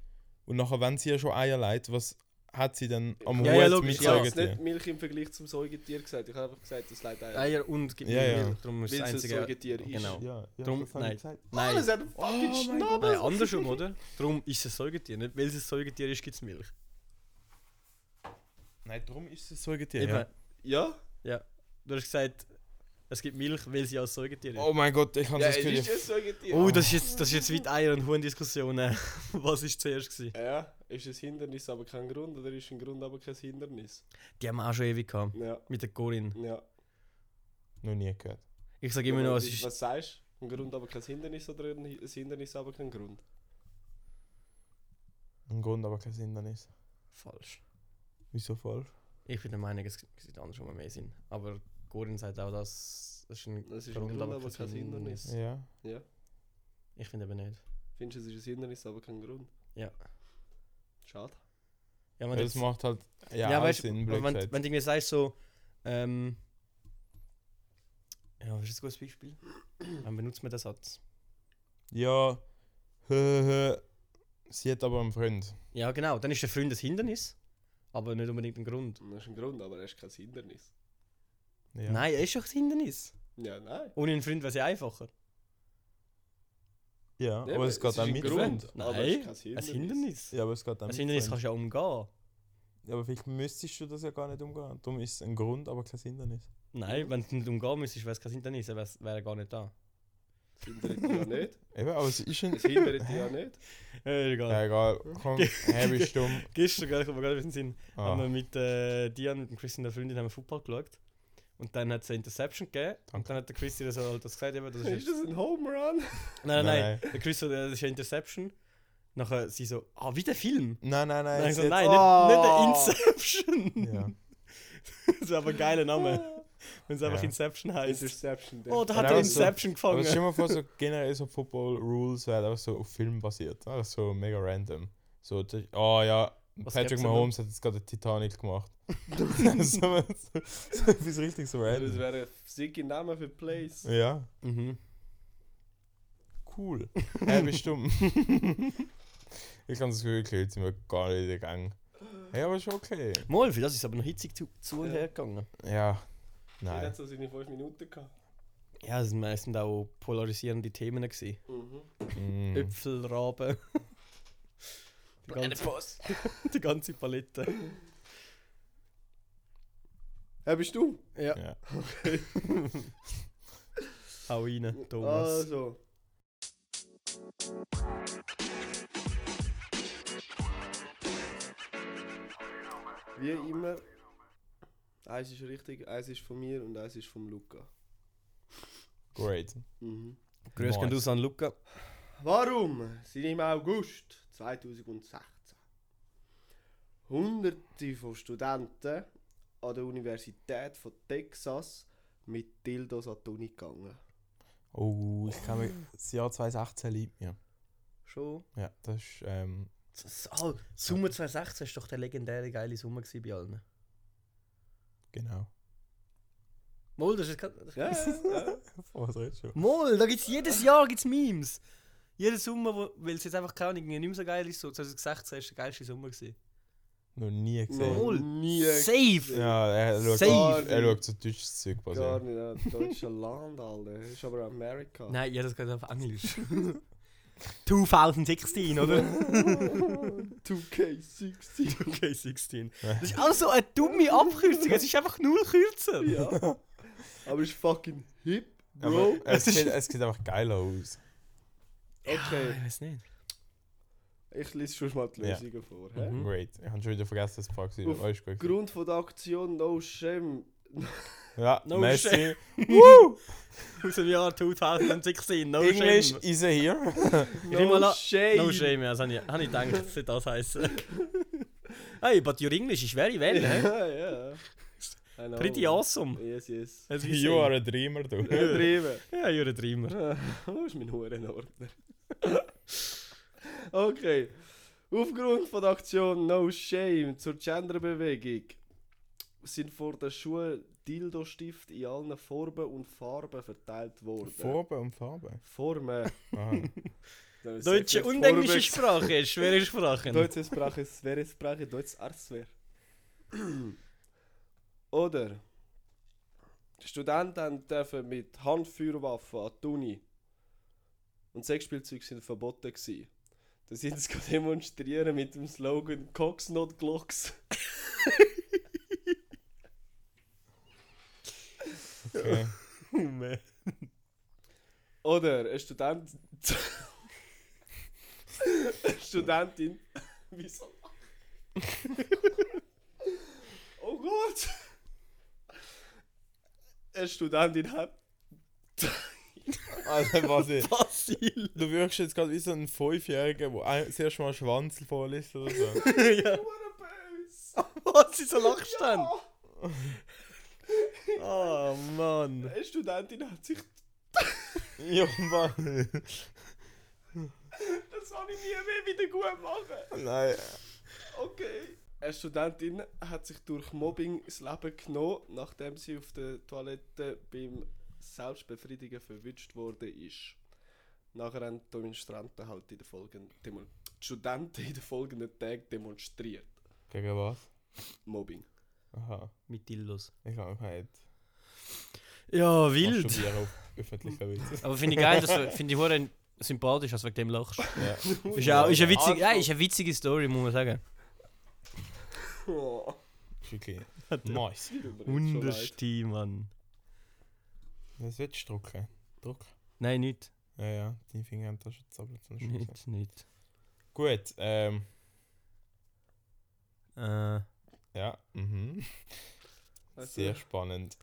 Speaker 4: Und nachher, wenn sie ja schon Eier leitet, was hat sie dann am
Speaker 2: Ja,
Speaker 4: Hut
Speaker 2: ja, logisch,
Speaker 4: mit
Speaker 3: ich habe jetzt nicht
Speaker 4: Säugetier?
Speaker 3: Milch im Vergleich zum Säugetier gesagt. Ich habe einfach gesagt, es leitet Eier.
Speaker 2: Eier und... gibt
Speaker 4: Ja, ja.
Speaker 2: Milch, Darum ist
Speaker 3: Weil
Speaker 2: das
Speaker 3: es ein
Speaker 2: einzige...
Speaker 3: Säugetier ist.
Speaker 2: Genau.
Speaker 4: Ja, ja,
Speaker 2: Drum-
Speaker 4: das habe
Speaker 2: nein.
Speaker 4: ich gesagt.
Speaker 3: Nein.
Speaker 2: Nein, Oh
Speaker 3: es hat einen fucking Schnabel.
Speaker 2: Nein, andersrum, oder? Darum ist es ein Säugetier. Nicht weil es ein Säugetier ist, gibt es Milch.
Speaker 4: Nein, darum ist es ein Säugetier.
Speaker 2: Eben,
Speaker 4: Ja.
Speaker 3: Ja?
Speaker 2: du hast gesagt, es gibt Milch, weil sie als Säugetier ist.
Speaker 4: Oh mein Gott, ich habe
Speaker 3: Ja,
Speaker 4: das
Speaker 3: es
Speaker 4: Gefühl,
Speaker 3: ist
Speaker 4: ich
Speaker 3: ja ein Säugetier.
Speaker 2: Oh, das ist jetzt, das ist jetzt weit Eier- und Huhn-Diskussionen. Was ist zuerst gewesen?
Speaker 3: Ja, ist ein Hindernis aber kein Grund oder ist ein Grund aber kein Hindernis?
Speaker 2: Die haben wir auch schon ewig gehabt.
Speaker 3: Ja,
Speaker 2: Mit der Corin.
Speaker 3: ja.
Speaker 4: noch nie gehört.
Speaker 2: Ich sage immer noch, es
Speaker 3: was,
Speaker 2: ist.
Speaker 3: was sagst du? Ein Grund aber kein Hindernis oder ein Hi- ein Hindernis aber kein Grund?
Speaker 4: Ein Grund, aber kein Hindernis.
Speaker 2: Falsch.
Speaker 4: Wieso falsch?
Speaker 2: Ich bin der Meinung, es sieht andersrum mehr Sinn. Aber Corin sagt auch, dass es ist ein
Speaker 3: Das ist ein Grund, aber kein Hindernis.
Speaker 4: Ja.
Speaker 3: Ja.
Speaker 2: Ich finde eben nicht.
Speaker 3: Findest du, es ist ein Hindernis aber kein Grund?
Speaker 2: Ja.
Speaker 3: Schade.
Speaker 2: Ja,
Speaker 4: Ja,
Speaker 2: wenn
Speaker 4: das
Speaker 2: jetzt-
Speaker 4: macht halt ja,
Speaker 2: ja,
Speaker 4: auch
Speaker 2: weißt du,
Speaker 4: Sinn,
Speaker 2: wenn,
Speaker 4: blöd
Speaker 2: wenn
Speaker 4: gesagt.
Speaker 2: du irgendwie sagst so, ähm, ja, was ist ein gutes Beispiel? Wann benutzt man den Satz?
Speaker 4: Ja, hö, hö. sie hat aber einen Freund.
Speaker 2: Ja, genau, dann ist der Freund ein Hindernis, aber nicht unbedingt ein Grund.
Speaker 3: Das ist ein Grund, aber er ist kein Hindernis.
Speaker 4: Ja.
Speaker 2: Nein, er ist doch ein Hindernis.
Speaker 3: Ja, nein.
Speaker 2: Ohne einen Freund wäre es ja einfacher.
Speaker 4: Ja,
Speaker 3: Ja,
Speaker 4: aber es geht auch
Speaker 3: ein
Speaker 4: mit
Speaker 3: Grund,
Speaker 4: Freund.
Speaker 3: aber es
Speaker 2: Nein,
Speaker 3: ist kein
Speaker 2: Ein
Speaker 3: Hindernis.
Speaker 2: Hindernis.
Speaker 4: Ja, aber es geht auch
Speaker 2: Ein
Speaker 4: mit
Speaker 2: Hindernis
Speaker 4: Freund.
Speaker 2: kannst du ja umgehen.
Speaker 4: Ja, aber vielleicht müsstest du das ja gar nicht umgehen. Darum ist es ein Grund, aber kein Hindernis.
Speaker 2: Nein, wenn du nicht umgehen müsstest, wäre es kein Hindernis, dann wär's- wäre er gar nicht da.
Speaker 3: Es hindert dich ja nicht.
Speaker 4: Eben, aber es ist ein...
Speaker 3: Es hindert dich ja nicht.
Speaker 2: Ja, egal.
Speaker 4: ja, egal, komm, hey, bist du dumm.
Speaker 2: Gestern, gell, ich habe gerade ein bisschen Sinn. haben wir
Speaker 4: Ah,
Speaker 2: mit äh, Dian und Chris und der Freundin haben wir Football geschaut. Und dann hat es eine Interception gegeben. Und
Speaker 4: Danke.
Speaker 2: dann hat der Chris ihr so halt das gesagt, eben, das ist jetzt,
Speaker 3: Ist das ein Home Run?
Speaker 2: Nein, nein, nein.
Speaker 4: Nein,
Speaker 2: Der Chris so, das ist eine Interception. Nachher sie so, ah, wie der Film?
Speaker 4: nein, nein,
Speaker 2: Nein,
Speaker 4: nein.
Speaker 2: ich so,
Speaker 4: sie
Speaker 2: nein,
Speaker 3: Oh.
Speaker 2: nicht, nicht der Inception.
Speaker 4: hat- Ah! Ja.
Speaker 2: das ist aber ein geiler Name. Wenn es einfach
Speaker 4: Ja.
Speaker 2: Inception heißt.
Speaker 3: Interception.
Speaker 2: Oh, da hat
Speaker 4: Ja,
Speaker 2: er
Speaker 4: also-
Speaker 2: Inception
Speaker 4: Aber stell dir
Speaker 2: gefangen.
Speaker 4: mal vor, so generell so Football-Rules wären einfach so auf Film basiert. Ne? Einfach so mega random. So, das- oh ja,
Speaker 2: Was
Speaker 4: Patrick
Speaker 2: gibt's denn
Speaker 4: Mahomes hat jetzt gerade den Titanic gemacht. so, so, so etwas richtig so
Speaker 3: Das
Speaker 4: random.
Speaker 3: wäre ein sicker Name für Plays.
Speaker 4: Ja,
Speaker 2: Mhm.
Speaker 4: cool. Hey, bist dumm. ich kann das Gefühl, ich jetzt sind wir gar nicht in der Gang. Hey, aber ist okay.
Speaker 2: Mal, für das ist aber noch hitzig zu, zu und
Speaker 3: Ja.
Speaker 2: her gegangen.
Speaker 4: Ja,
Speaker 3: Jeder
Speaker 4: nein.
Speaker 3: hat so seine 5 Minuten gehabt.
Speaker 2: Ja, es sind meistens auch polarisierende Themen. Gewesen.
Speaker 3: Mhm.
Speaker 4: Mm.
Speaker 2: Äpfel, Raben. die, ganze,
Speaker 3: Boss.
Speaker 2: die ganze Palette.
Speaker 3: Hey, bist du?
Speaker 4: Ja.
Speaker 2: Hau rein, Thomas.
Speaker 3: Also. Wie immer. Eins ist richtig, eins ist von mir und eins ist vom Luca.
Speaker 4: Great.
Speaker 3: Mhm.
Speaker 2: Ah, Grüß gehen aus an Luca.
Speaker 3: Warum sind im August 2016 Hunderte von Studenten an der Universität von Texas mit Dildos an die Uni gegangen?
Speaker 4: Oh, ich kann mich. Das Jahr 2018 liebt mir.
Speaker 2: Schon.
Speaker 4: Ja, das ist. Ähm,
Speaker 2: Oh, Sommer 2016 war doch der legendäre geile Sommer gewesen bei allen.
Speaker 4: genau.
Speaker 2: Mol, das ist gerade.
Speaker 3: Ja, ja.
Speaker 4: Was redest du?
Speaker 2: Mol, da gibt's jedes Jahr gibt's Memes. Jeden Sommer, wo- weil es jetzt einfach keine Ahnung nicht mehr so geil ist, so 2016 ist der geilste Sommer gewesen.
Speaker 4: Noch nie gesehen.
Speaker 3: Noch
Speaker 2: Null.
Speaker 3: nie
Speaker 2: Safe!
Speaker 4: Ja, er schaut,
Speaker 2: Safe.
Speaker 4: er schaut so deutsches Zeug bei
Speaker 3: Gar
Speaker 4: sich.
Speaker 3: nicht, ja. Deutsches Land, Alter. Das ist aber Amerika.
Speaker 2: Nein, ja, das geht auf Englisch. 2016, oder?
Speaker 3: 2K16.
Speaker 2: Okay, 16. Das ist auch so eine dumme Abkürzung, es ist einfach null kürzer.
Speaker 3: ja. Aber ist fucking hip, Bro.
Speaker 4: Aber es sieht, es sieht einfach geil aus.
Speaker 3: Okay,
Speaker 2: Ah, Ich weiß nicht.
Speaker 3: ich lese schon mal die
Speaker 4: Ja.
Speaker 3: Lösungen vor. hä?
Speaker 2: Mhm.
Speaker 4: Great. Ich habe schon wieder vergessen, dass es Park war.
Speaker 3: Auf
Speaker 4: Oh, ist gut. gewesen.
Speaker 3: Grund von der Aktion No Shame
Speaker 4: Ja,
Speaker 2: No
Speaker 4: Messi.
Speaker 2: Aus dem Jahr 2016, no
Speaker 4: English
Speaker 2: shame.
Speaker 4: is here.
Speaker 2: Ich nehme mal an-
Speaker 3: shame.
Speaker 2: No shame, ja, das habe ich, hab ich gedacht, das sollte das heißen. hey, but your English is very well, hä?
Speaker 3: ja, ja. I know,
Speaker 2: Pretty
Speaker 3: man.
Speaker 2: awesome.
Speaker 3: Yes, yes.
Speaker 2: As we say.
Speaker 4: you are a dreamer, du.
Speaker 3: Übertrieben.
Speaker 2: Also Ja, you're a dreamer.
Speaker 3: Wo Oh, ist mein Hurenordner? okay. Aufgrund von der Aktion No Shame zur Genderbewegung sind vor der Schule Dildo-Stift in allen Formen und Farben verteilt worden.
Speaker 4: Farbe und Farbe.
Speaker 3: Formen.
Speaker 4: Ah.
Speaker 2: Deutsche und englische Sprache, ist schwere Sprachen.
Speaker 3: Deutsche Sprache, schwere Sprache, deutsches Arztwehr. Oder die Studenten dürfen mit Handfeuerwaffen an die Uni. Und Sexspielzeuge sind verboten gewesen. Da sind sie gerade demonstrieren mit dem Slogan Cox not Glocks.
Speaker 4: Okay.
Speaker 3: Oder ein Student. eine Studentin. Wieso? oh Gott! Eine Studentin hat.
Speaker 4: Also, was ich.
Speaker 2: Basil.
Speaker 4: Du wirkst jetzt gerade wie so ein Fünfjähriger, der ein- das erste Mal Schwanzel vorliest oder so.
Speaker 2: ja. Was, sie so lachst dann?
Speaker 4: Ah,
Speaker 2: Oh Mann.
Speaker 3: Eine Studentin hat sich.
Speaker 4: ja, Mann.
Speaker 3: Das kann ich nie mehr wieder gut machen.
Speaker 4: Nein.
Speaker 3: Okay. Eine Studentin hat sich durch Mobbing das Leben genommen, nachdem sie auf der Toilette beim Selbstbefriedigen verwünscht worden ist. Nachher haben die Demonstranten halt in der folgenden, Demo die Studenten in den folgenden Tagen demonstriert.
Speaker 4: Gegen was?
Speaker 3: Mobbing.
Speaker 4: Aha.
Speaker 2: Mit Dildos.
Speaker 4: Ich glaube, ich kann nicht.
Speaker 2: Ja, wild.
Speaker 4: Masturbieren auf öffentlicher Witz.
Speaker 2: Aber finde ich geil, dass- finde ich hure sympathisch, als du wegen dem lachst.
Speaker 4: Ja.
Speaker 2: Ist ja ist eine witzige, ja, ist eine witzige Story, muss man sagen.
Speaker 3: Oh,
Speaker 4: Ist wirklich nice.
Speaker 3: tut mir jetzt schon leid.
Speaker 2: Wundersti, Mann.
Speaker 4: Was willst du drucken? Druck.
Speaker 2: Nein, nicht.
Speaker 4: Ja, ja. Deine Finger haben da schon zappelt zum Schluss.
Speaker 2: Nicht, nicht.
Speaker 4: Gut, ähm.
Speaker 2: Äh,
Speaker 4: Ja, mhm.
Speaker 3: Also,
Speaker 4: Sehr spannend.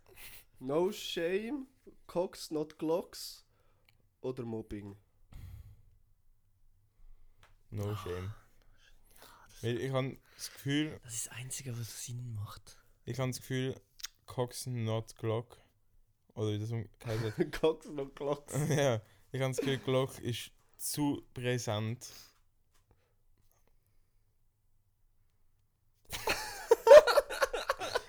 Speaker 3: No shame, Cox not Glocks oder Mobbing.
Speaker 4: No shame. Weil ich habe das Gefühl,
Speaker 2: das ist das Einzige, was Sinn macht.
Speaker 4: ich habe das Gefühl, Cox not Glock. Oder wie das umgekehrt wird.
Speaker 3: Cox not Glocks.
Speaker 4: ja, ich habe das Gefühl, Glock ist zu präsent.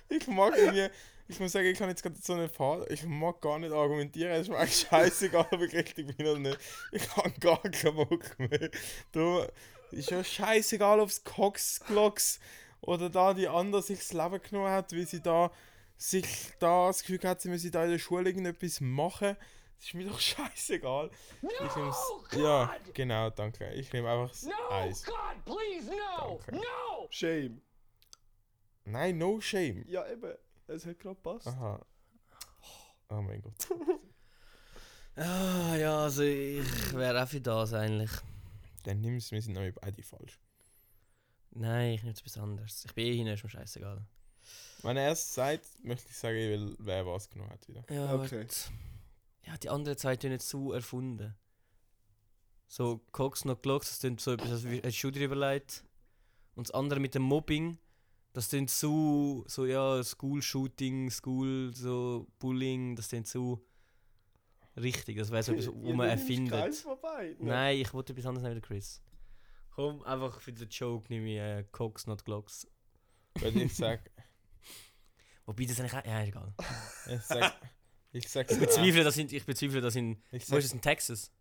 Speaker 4: ich ich mag irgendwie, ich muss sagen, ich kann jetzt gerade so eine Fahrt, ich mag gar nicht argumentieren, es ist mir eigentlich scheißegal, ob ich richtig bin oder nicht. Ich habe gar keinen Bock mehr. Darum ist ja scheißegal, ob es Cox Glocks oder da die andere sich das Leben genommen hat, wie sie da sich da das Gefühl hat, sie müsse da in der Schule irgendetwas machen. Das ist mir doch scheißegal. ich nehm's, ja, genau, danke. Ich nehme einfach das Eis.
Speaker 5: God, please, no!
Speaker 4: Danke.
Speaker 5: No!
Speaker 3: Shame.
Speaker 4: Nein, no shame.
Speaker 3: Ja, eben. Es hat gerade gepasst.
Speaker 4: Aha. Oh mein Gott.
Speaker 2: Ah, ja, also ich wäre auch für das eigentlich.
Speaker 4: Dann nimm's, wir sind nämlich beide falsch.
Speaker 2: Nein, ich nehme jetzt etwas anderes. Ich bin eh hin, ist mir scheißegal.
Speaker 4: Wenn er es sagt, möchte ich sagen, ich will, wer was genommen hat wieder.
Speaker 2: Ja,
Speaker 3: Okay.
Speaker 2: okay. ja die anderen zwei tun jetzt so erfunden. So Cox noch Glocks, das klingt so etwas, als wär- hättest du dir überlegt. Und das andere mit dem Mobbing, das klingt so, so ja, School-Shooting, School, so Bullying, das klingt so richtig, das wäre so etwas, wo
Speaker 3: Ihr
Speaker 2: man
Speaker 3: nimmt
Speaker 2: erfindet.
Speaker 3: keins von beiden.
Speaker 2: Nein, ich wollte etwas anderes nehmen, Chris. Komm, einfach für den Joke nehme ich äh, Cox, not Glocks.
Speaker 4: Weil ich sag,
Speaker 2: Wobei das eigentlich auch... Ja, egal.
Speaker 4: ich sag, ich sag's
Speaker 2: Ich bezweifle, dass in... Ich bezweifle, dass in...
Speaker 4: Ich
Speaker 2: Wo ist
Speaker 4: sag's,
Speaker 2: es in Texas?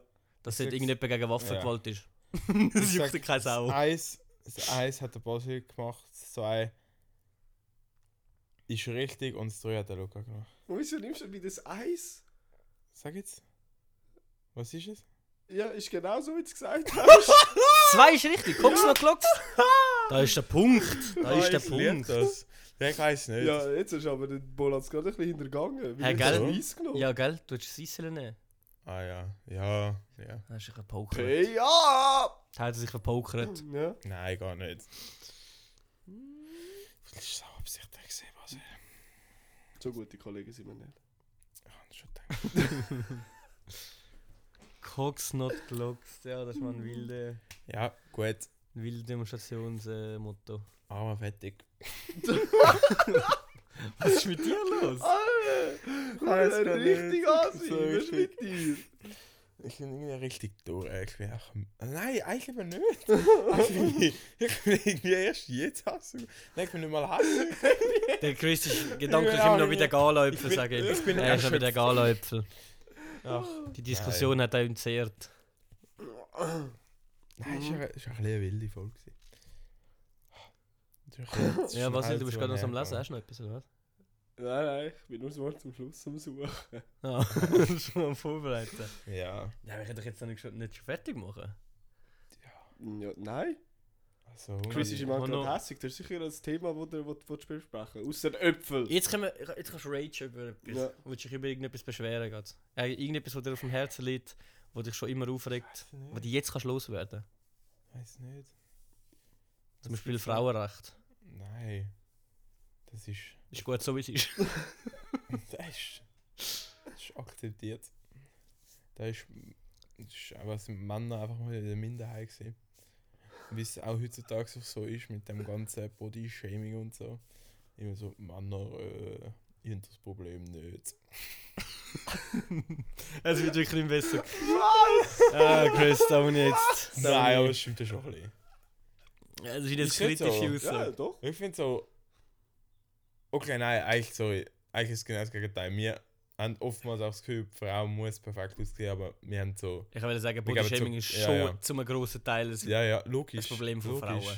Speaker 2: Dass
Speaker 4: Ich
Speaker 2: dort
Speaker 4: sag's-
Speaker 2: irgendjemand gegen Waffen
Speaker 4: Ja.
Speaker 2: gewollt ist.
Speaker 4: ich
Speaker 2: das juckt ja
Speaker 4: sag, Ah!
Speaker 2: keine Sau.
Speaker 4: Das Eis, das Eis hat der Basil gemacht, das zwei ist richtig und das drei hat der Luca gemacht.
Speaker 3: Und wieso nimmst du wieder das Eis?
Speaker 4: Sag jetzt. Was ist es?
Speaker 3: Ja, ist genau so, wie du es gesagt hast.
Speaker 2: Zwei ist richtig, kommst du noch Glocks? Da ist der Punkt, da Ah, ist der
Speaker 4: Ich lieb
Speaker 2: Punkt.
Speaker 4: Das. Ja, ich weiß nicht.
Speaker 3: ja, jetzt ist aber der Bolanz gerade ein bisschen hintergangen.
Speaker 2: Hä,
Speaker 3: hast
Speaker 2: gell?
Speaker 3: du Eis genommen?
Speaker 2: Ja, gell? Du hättest Sissel nehmen.
Speaker 4: Ah ja. Ja, ja.
Speaker 2: Da hast du dich verpokert.
Speaker 3: Hey, ja!
Speaker 2: Da hat er sich
Speaker 4: Hm.
Speaker 2: verpokert.
Speaker 3: ja.
Speaker 4: Nein, gar nicht. Das ist auch absichtlich gesehen, Basil.
Speaker 3: So gute Kollegen sind wir nicht.
Speaker 4: Ich hab's schon gedacht.
Speaker 2: Cox not Glocks, ja, das ist
Speaker 4: Hm.
Speaker 2: mal ein wilde,
Speaker 4: Ja, gut.
Speaker 2: wilde äh, Demonstrationsmotto.
Speaker 4: Armer fertig.
Speaker 2: Was ist mit dir los?
Speaker 4: weiß
Speaker 3: Alter!
Speaker 4: gar
Speaker 3: Richtig
Speaker 4: nicht.
Speaker 3: Asi,
Speaker 4: So
Speaker 3: was ist mit
Speaker 4: richtig.
Speaker 3: dir?
Speaker 4: Ich bin irgendwie richtig durch. Ich bin auch, nein, eigentlich eben nicht. Eigentlich- ich bin irgendwie erst jetzt hassen. Nein, ich bin nicht mal hassen.
Speaker 2: Der Chris ist gedanklich
Speaker 4: Ja,
Speaker 2: immer noch bei
Speaker 4: ich-
Speaker 2: der
Speaker 4: ich
Speaker 2: Galäpfel,
Speaker 4: bin-
Speaker 2: sage ich.
Speaker 4: ich bin
Speaker 2: er ist noch bei der
Speaker 4: erschöpft.
Speaker 2: Galäpfel.
Speaker 4: Ach,
Speaker 2: Die Diskussion hat auch ihn zehrt.
Speaker 4: nein, es war ein bisschen eine wilde Folge. gewesen. Das ist ein bisschen
Speaker 2: Ja, was
Speaker 4: schnell
Speaker 2: du bist
Speaker 4: zu
Speaker 2: gerade noch am Lesen,
Speaker 4: hergegangen.
Speaker 2: hast du noch etwas, oder was?
Speaker 3: Nein, nein, ich bin nur so zum Schluss am Suchen.
Speaker 2: Ah, schon am Vorbereiten.
Speaker 4: Ja,
Speaker 2: Ja, wir können doch jetzt noch nicht, schon- nicht schon fertig machen.
Speaker 3: Ja, nein?
Speaker 4: also.
Speaker 3: Chris ist im
Speaker 2: Oh,
Speaker 3: Moment
Speaker 2: no.
Speaker 3: gerade hässig. Das ist sicher ein Thema, das du das du besprechen willst. Außer Äpfel.
Speaker 2: Jetzt, können wir, jetzt kannst du Rage über etwas.
Speaker 3: Ja.
Speaker 2: Willst du dich über irgendetwas beschweren? Grad? Äh, irgendetwas, was dir auf dem Herzen liegt, was dich schon immer aufregt, was du jetzt kannst loswerden
Speaker 4: Weiß nicht.
Speaker 2: Zum Beispiel Frauenrecht.
Speaker 4: Nein. Das ist.
Speaker 2: Ist gut, so wie es ist.
Speaker 4: Das ist, das ist akzeptiert. Da ist, das ist auch was Männer einfach mal in der Minderheit gesehen. Wie es auch heutzutage so- so ist mit dem ganzen Body-Shaming und so. Immer so, Männer, äh, ich das Problem nicht.
Speaker 2: Es wird wirklich nicht besser. Ah, Chris, da muss ich jetzt. da
Speaker 4: Nein, aber
Speaker 2: muss
Speaker 4: es stimmt ja schon ein bisschen.
Speaker 2: ich- Ja, Das ist jetzt
Speaker 4: Ist jetzt
Speaker 2: kritische
Speaker 4: so.
Speaker 3: Ja,
Speaker 2: Aussage.
Speaker 3: doch.
Speaker 4: Ich finde so. Okay, nein, eigentlich sorry. Eigentlich ist es genau das Gegenteil. Wir haben oftmals auch das Gefühl, die Frau muss perfekt aussehen, aber wir haben so.
Speaker 2: Ich würde sagen,
Speaker 4: Wir geben
Speaker 2: Bodyshaming
Speaker 4: zu-
Speaker 2: ist
Speaker 4: ja,
Speaker 2: schon
Speaker 4: ja.
Speaker 2: zum grossen Teil. ein-
Speaker 4: Ja, ja,
Speaker 2: Das
Speaker 4: logisch.
Speaker 2: Problem von
Speaker 4: logisch.
Speaker 2: Frauen.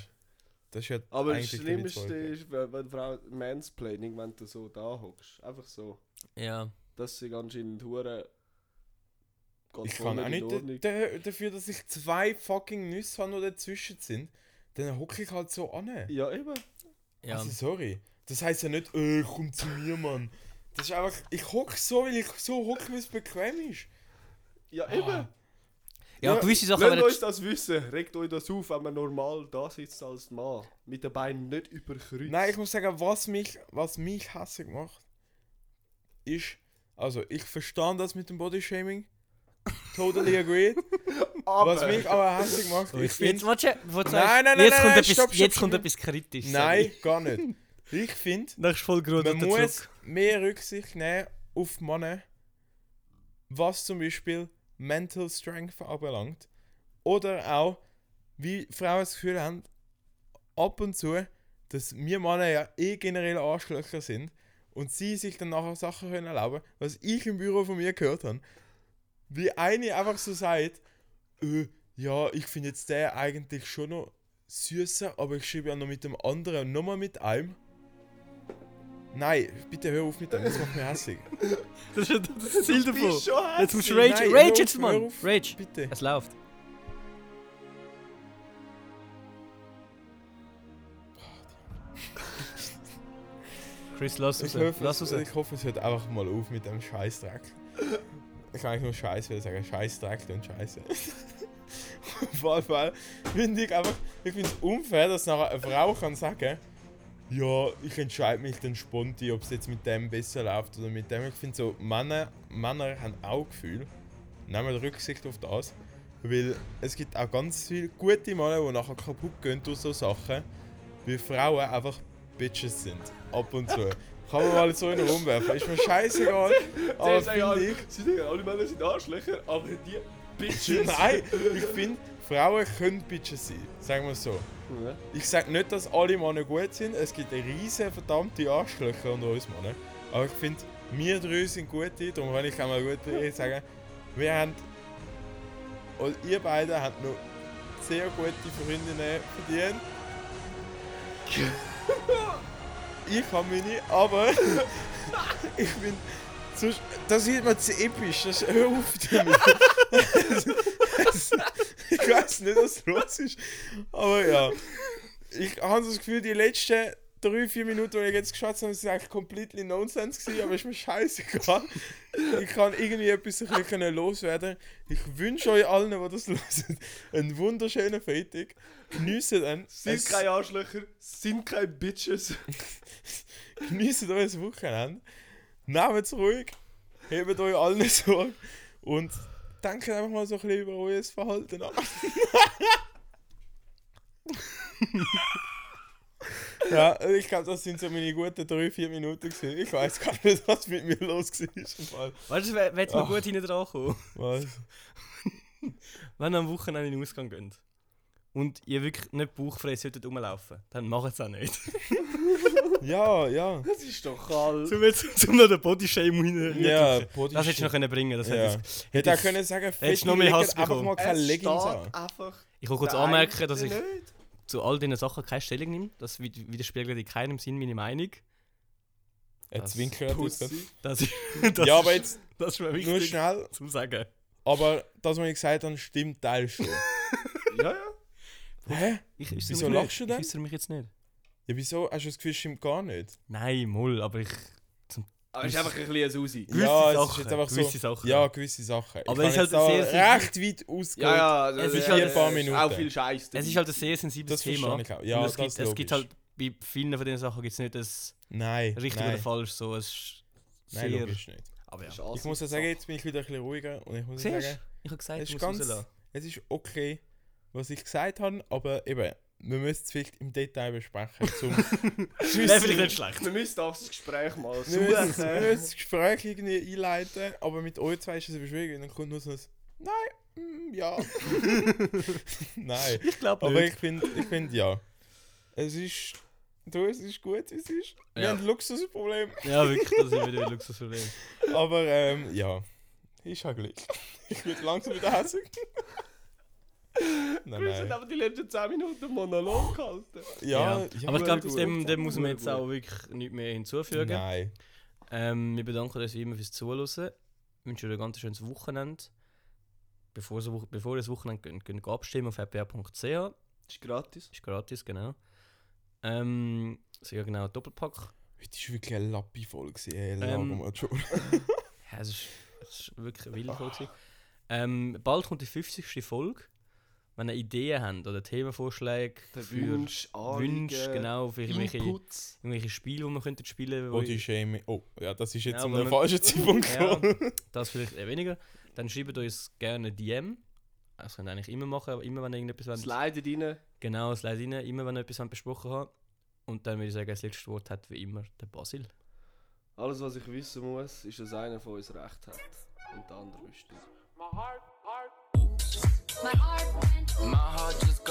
Speaker 4: Das ist ja
Speaker 3: Aber das
Speaker 4: eigentlich damit
Speaker 3: Schlimmste
Speaker 4: voll-
Speaker 3: ist, wenn, wenn Frau Mansplaining, wenn du so da hockst. Einfach so.
Speaker 2: Ja.
Speaker 3: Das sind anscheinend Huren. Geht
Speaker 4: Ich
Speaker 3: voll
Speaker 4: kann auch
Speaker 3: in
Speaker 4: nicht da-
Speaker 3: Ordnung.
Speaker 4: da- dafür, dass ich zwei fucking Nüsse habe, die dazwischen sind. Dann hocke ich halt so an.
Speaker 3: Ja, eben.
Speaker 2: ja.
Speaker 4: Also sorry. Das heißt ja nicht, äh, komm zu mir, Mann. Das ist einfach, ich hocke so, weil ich so hocke, wie es bequem ist.
Speaker 3: Ja,
Speaker 4: Ah.
Speaker 3: eben.
Speaker 2: ja,
Speaker 3: Ja,
Speaker 2: gewisse Sachen
Speaker 3: Lasst
Speaker 2: werden.
Speaker 3: euch das wissen. Regt euch das auf, wenn man normal da sitzt als Mann. Mit den Beinen nicht überkreuzt.
Speaker 4: Nein, ich muss sagen, was mich, was mich hassig macht, ist, also ich verstehe das mit dem Bodyshaming. Totally agreed.
Speaker 3: aber...
Speaker 4: was mich aber hassig macht, ich finde...
Speaker 2: Jetzt, warte, warte,
Speaker 4: Nein, nein, nein,
Speaker 2: jetzt
Speaker 4: nein,
Speaker 2: kommt
Speaker 4: nein,
Speaker 2: etwas,
Speaker 4: stopp, stopp,
Speaker 2: jetzt
Speaker 4: stopp.
Speaker 2: kommt etwas kritisch.
Speaker 4: Nein, gar nicht. Ich finde...
Speaker 2: das ist voll gerudert
Speaker 4: Man muss mehr Rücksicht nehmen auf Männer, was zum Beispiel Mental Strength anbelangt. Oder auch, wie Frauen das Gefühl haben, ab und zu, dass wir Männer ja eh generell Arschlöcher sind und sie sich dann nachher Sachen können erlauben, was ich im Büro von mir gehört habe. Wie eine einfach so sagt, äh, ja, ich finde jetzt der eigentlich schon noch süßer, aber ich schreibe ja noch mit dem anderen und nochmal mit einem. Nein, bitte hör auf mit dem, das macht mich hässlich.
Speaker 2: Das ist ja das Ziel davon.
Speaker 3: bist schon
Speaker 2: Jetzt musst du
Speaker 4: Nein,
Speaker 2: Rage.
Speaker 4: hör auf,
Speaker 2: Rage jetzt,
Speaker 4: hör
Speaker 2: Mann!
Speaker 4: auf.
Speaker 2: Rage!
Speaker 4: Bitte.
Speaker 2: Es läuft. Chris, lass
Speaker 4: Ich
Speaker 2: raus.
Speaker 4: hoffe,
Speaker 2: Lass
Speaker 4: es,
Speaker 2: raus.
Speaker 4: ich hoffe, es hört einfach mal auf mit dem Scheißdreck. Ich kann eigentlich nur Scheiß wieder sagen. Scheißdreck und Scheiße. Auf jeden Fall finde ich einfach, ich finde es unfair, dass nachher eine Frau kann sagen, ja, ich entscheide mich dann spontan, ob es jetzt mit dem besser läuft oder mit dem. Ich finde so, Männer, Männer haben auch Gefühl. Nehmen Rücksicht auf das. Weil es gibt auch ganz viele gute Männer, die nachher kaputt gehen durch so Sachen, weil Frauen einfach Bitches sind. Ab und zu. Kann man mal so in den Raum werfen. Ist mir scheißegal. aber
Speaker 3: Sie sagen
Speaker 4: finde
Speaker 3: alle,
Speaker 4: ich,
Speaker 3: sie denken, alle Männer sind Arschlöcher, aber die Bitches.
Speaker 4: Nein, ich finde, Frauen können Bitches sein. Sagen wir es so.
Speaker 3: Ja.
Speaker 4: Ich sage nicht, dass alle Männer gut sind. Es gibt riesen verdammte Arschlöcher unter uns Männer. Aber ich finde, wir drei sind gute, darum kann ich auch mal gut sagen, wir haben. Und ihr beide habt noch sehr gute Freundinnen verdient. ich habe meine, aber ich bin. Sonst, das wird mir zu episch, das hör auf damit. ich weiß nicht, was los ist, aber ja. Ich habe so das Gefühl, die letzten drei, vier Minuten, die ich jetzt geschwatzt habe, sind eigentlich komplett Nonsense gewesen, aber ist mir scheißegal. Ich kann irgendwie etwas ein bisschen können loswerden. Ich wünsche euch allen, die das hören, einen wunderschönen Freitag. Geniessen dann.
Speaker 3: Sind keine Arschlöcher, sind keine Bitches.
Speaker 4: Genießt euer Wochenende. Nehmt es ruhig. Hebt euch allen Sorge. Und denkt einfach mal so ein bisschen über euer Verhalten nach. ja, ich glaube, das sind so meine guten 3-4 Minuten. Gewesen. Ich weiß gar nicht, was mit mir los war. im Fall.
Speaker 2: Weißt du, wer wird noch
Speaker 4: Ach.
Speaker 2: gut hinten dran kommen?
Speaker 4: Was?
Speaker 2: Wenn ihr am Wochenende in den Ausgang geht und ihr wirklich nicht bauchfrei solltet rumlaufen, dann macht es auch nicht.
Speaker 4: Ja, ja.
Speaker 3: Das ist doch kalt.
Speaker 2: Zum jetzt zum noch den Bodyshame hinein.
Speaker 4: Ja,
Speaker 2: Das hättest du noch können bringen das
Speaker 4: ja.
Speaker 2: hätte
Speaker 4: Hätte
Speaker 2: ich-
Speaker 4: Hätte auch können sagen,
Speaker 2: hättest du noch mehr Hass
Speaker 4: legt einfach
Speaker 2: bekommen.
Speaker 4: mal keine
Speaker 3: Es steht
Speaker 4: Leggings an.
Speaker 3: einfach.
Speaker 2: Ich will kurz
Speaker 3: der
Speaker 2: anmerken,
Speaker 3: eine
Speaker 2: dass ich
Speaker 3: nicht.
Speaker 2: zu all diesen Sachen keine Stellung nehme. Das wid- widerspiegelt in keinem Sinn meine Meinung.
Speaker 4: Er
Speaker 2: Das
Speaker 4: zwinkert jetzt.
Speaker 3: Pussy.
Speaker 2: Das, ist- das,
Speaker 4: Ja,
Speaker 2: ist-
Speaker 4: aber jetzt
Speaker 2: das ist mir
Speaker 4: nur
Speaker 2: wichtig
Speaker 4: schnell.
Speaker 2: zu sagen.
Speaker 4: Aber das, was ich gesagt habe, stimmt teils schon.
Speaker 3: Ja, ja.
Speaker 4: Hä?
Speaker 2: Ich äußere
Speaker 4: Wieso
Speaker 2: mich
Speaker 4: lachst
Speaker 2: nicht.
Speaker 4: du denn?
Speaker 2: Ich äußere mich jetzt nicht.
Speaker 4: Ja, wieso hast du das Gefühl, es stimmt gar nicht?
Speaker 2: Nein, Mull, aber ich.
Speaker 3: Aber es ist einfach ein bisschen ein Susi.
Speaker 2: Gewisse
Speaker 4: ja, es ist
Speaker 2: Sachen,
Speaker 4: jetzt einfach so.
Speaker 2: gewisse Sachen.
Speaker 4: Ja, gewisse Sachen.
Speaker 2: Aber
Speaker 4: ich
Speaker 2: es
Speaker 4: habe
Speaker 2: ist halt
Speaker 4: jetzt
Speaker 2: sehr,
Speaker 4: da
Speaker 2: sehr-
Speaker 4: recht weit
Speaker 3: Ja,
Speaker 4: ausgeholt.
Speaker 3: ja, also,
Speaker 2: Es ist
Speaker 3: äh,
Speaker 2: halt ein paar
Speaker 3: es ist
Speaker 4: Minuten.
Speaker 3: Auch viel Scheiß.
Speaker 2: Es ist halt ein sehr sensibles
Speaker 4: Das verstehe
Speaker 2: Thema.
Speaker 4: ich auch. Ja,
Speaker 2: Und es,
Speaker 4: das
Speaker 2: gibt, es gibt
Speaker 4: logisch.
Speaker 2: halt bei vielen von diesen Sachen gibt es nicht das
Speaker 4: Nein,
Speaker 2: richtig
Speaker 4: nein,
Speaker 2: oder falsch. So. Es ist
Speaker 4: Nein,
Speaker 2: sehr.
Speaker 4: logisch nicht.
Speaker 2: aber ja.
Speaker 4: Ich muss ja sagen, jetzt bin ich wieder ein bisschen ruhiger und ich muss ja
Speaker 2: Siehst
Speaker 4: sagen,
Speaker 2: du? Ich habe gesagt,
Speaker 4: es
Speaker 2: ich muss
Speaker 4: ist ganz,
Speaker 2: rauslassen.
Speaker 4: es ist okay, was ich gesagt habe, aber eben, wir müssen es vielleicht im Detail besprechen, zum
Speaker 2: Nein, finde ich nicht schlecht.
Speaker 3: Wir müssen auf das Gespräch mal
Speaker 4: Wir müssen wir
Speaker 3: suchen.
Speaker 4: müssen das Gespräch irgendwie einleiten, aber mit euch zwei ist es eben schwierig, und dann kommt nur so ein Nein, mm, ja. Nein.
Speaker 2: Ich glaube
Speaker 4: Aber
Speaker 2: nicht.
Speaker 4: ich finde, ich find, ja. Es ist. Du, es ist gut, es ist. Wir
Speaker 2: Ja.
Speaker 4: haben ein Luxusproblem.
Speaker 2: Ja, wirklich, das ist wieder ein Luxusproblem.
Speaker 4: Aber ähm, ja. Ist ja Glück. Ich werde langsam wieder hässlich. nein,
Speaker 3: Wir sind
Speaker 4: nein.
Speaker 3: aber die letzten 10 Minuten Monolog gehalten.
Speaker 2: Ja.
Speaker 4: Ja, ja.
Speaker 2: aber ich glaube,
Speaker 3: gut.
Speaker 2: dem, dem muss man
Speaker 3: Sehr
Speaker 2: jetzt
Speaker 3: gut.
Speaker 2: auch wirklich nichts mehr hinzufügen.
Speaker 4: Nein.
Speaker 2: Ähm, wir bedanken uns wie immer fürs Zuhören. Wir wünschen euch ein ganz schönes Wochenende. Bevor, so, Wo- bevor ihr das Wochenende geht, geht abstimmen auf hpa.ch.
Speaker 3: Ist gratis.
Speaker 2: Ist gratis, genau. Ähm, so ja genau, Doppelpack.
Speaker 4: Heute war wirklich eine Lappi-Folge. Ey,
Speaker 2: Ähm,
Speaker 4: ähm, schon.
Speaker 2: Ja, es ist, es ist wirklich eine wilde Folge. gewesen. Ähm, bald kommt die 50. Folge. Wenn ihr Ideen habt oder Themenvorschläge
Speaker 3: Der
Speaker 2: für
Speaker 3: Wunsch, Anliegen,
Speaker 2: Wünsche, genau, für irgendwelche,
Speaker 3: Inputs.
Speaker 2: irgendwelche Spiele, die wir könnten spielen wo
Speaker 4: Body Shaming. Oh, ja, das ist jetzt
Speaker 2: Ja,
Speaker 4: um
Speaker 2: aber
Speaker 4: den
Speaker 2: man-
Speaker 4: falschen Zeitpunkt
Speaker 2: Ja,
Speaker 4: gekommen.
Speaker 2: das vielleicht eher weniger. Dann schreibt uns gerne DM. Das könnt ihr eigentlich immer machen, aber immer wenn ihr irgendetwas wollt.
Speaker 3: Slide rein.
Speaker 2: Genau, es leidet rein, immer wenn ihr etwas wollt besprochen habt. Und dann würde ich sagen, das letzte Wort hat wie immer der Basil.
Speaker 3: Alles, was ich wissen muss, ist, dass einer von uns Recht hat. Und der andere ist du.
Speaker 6: My heart went. My heart just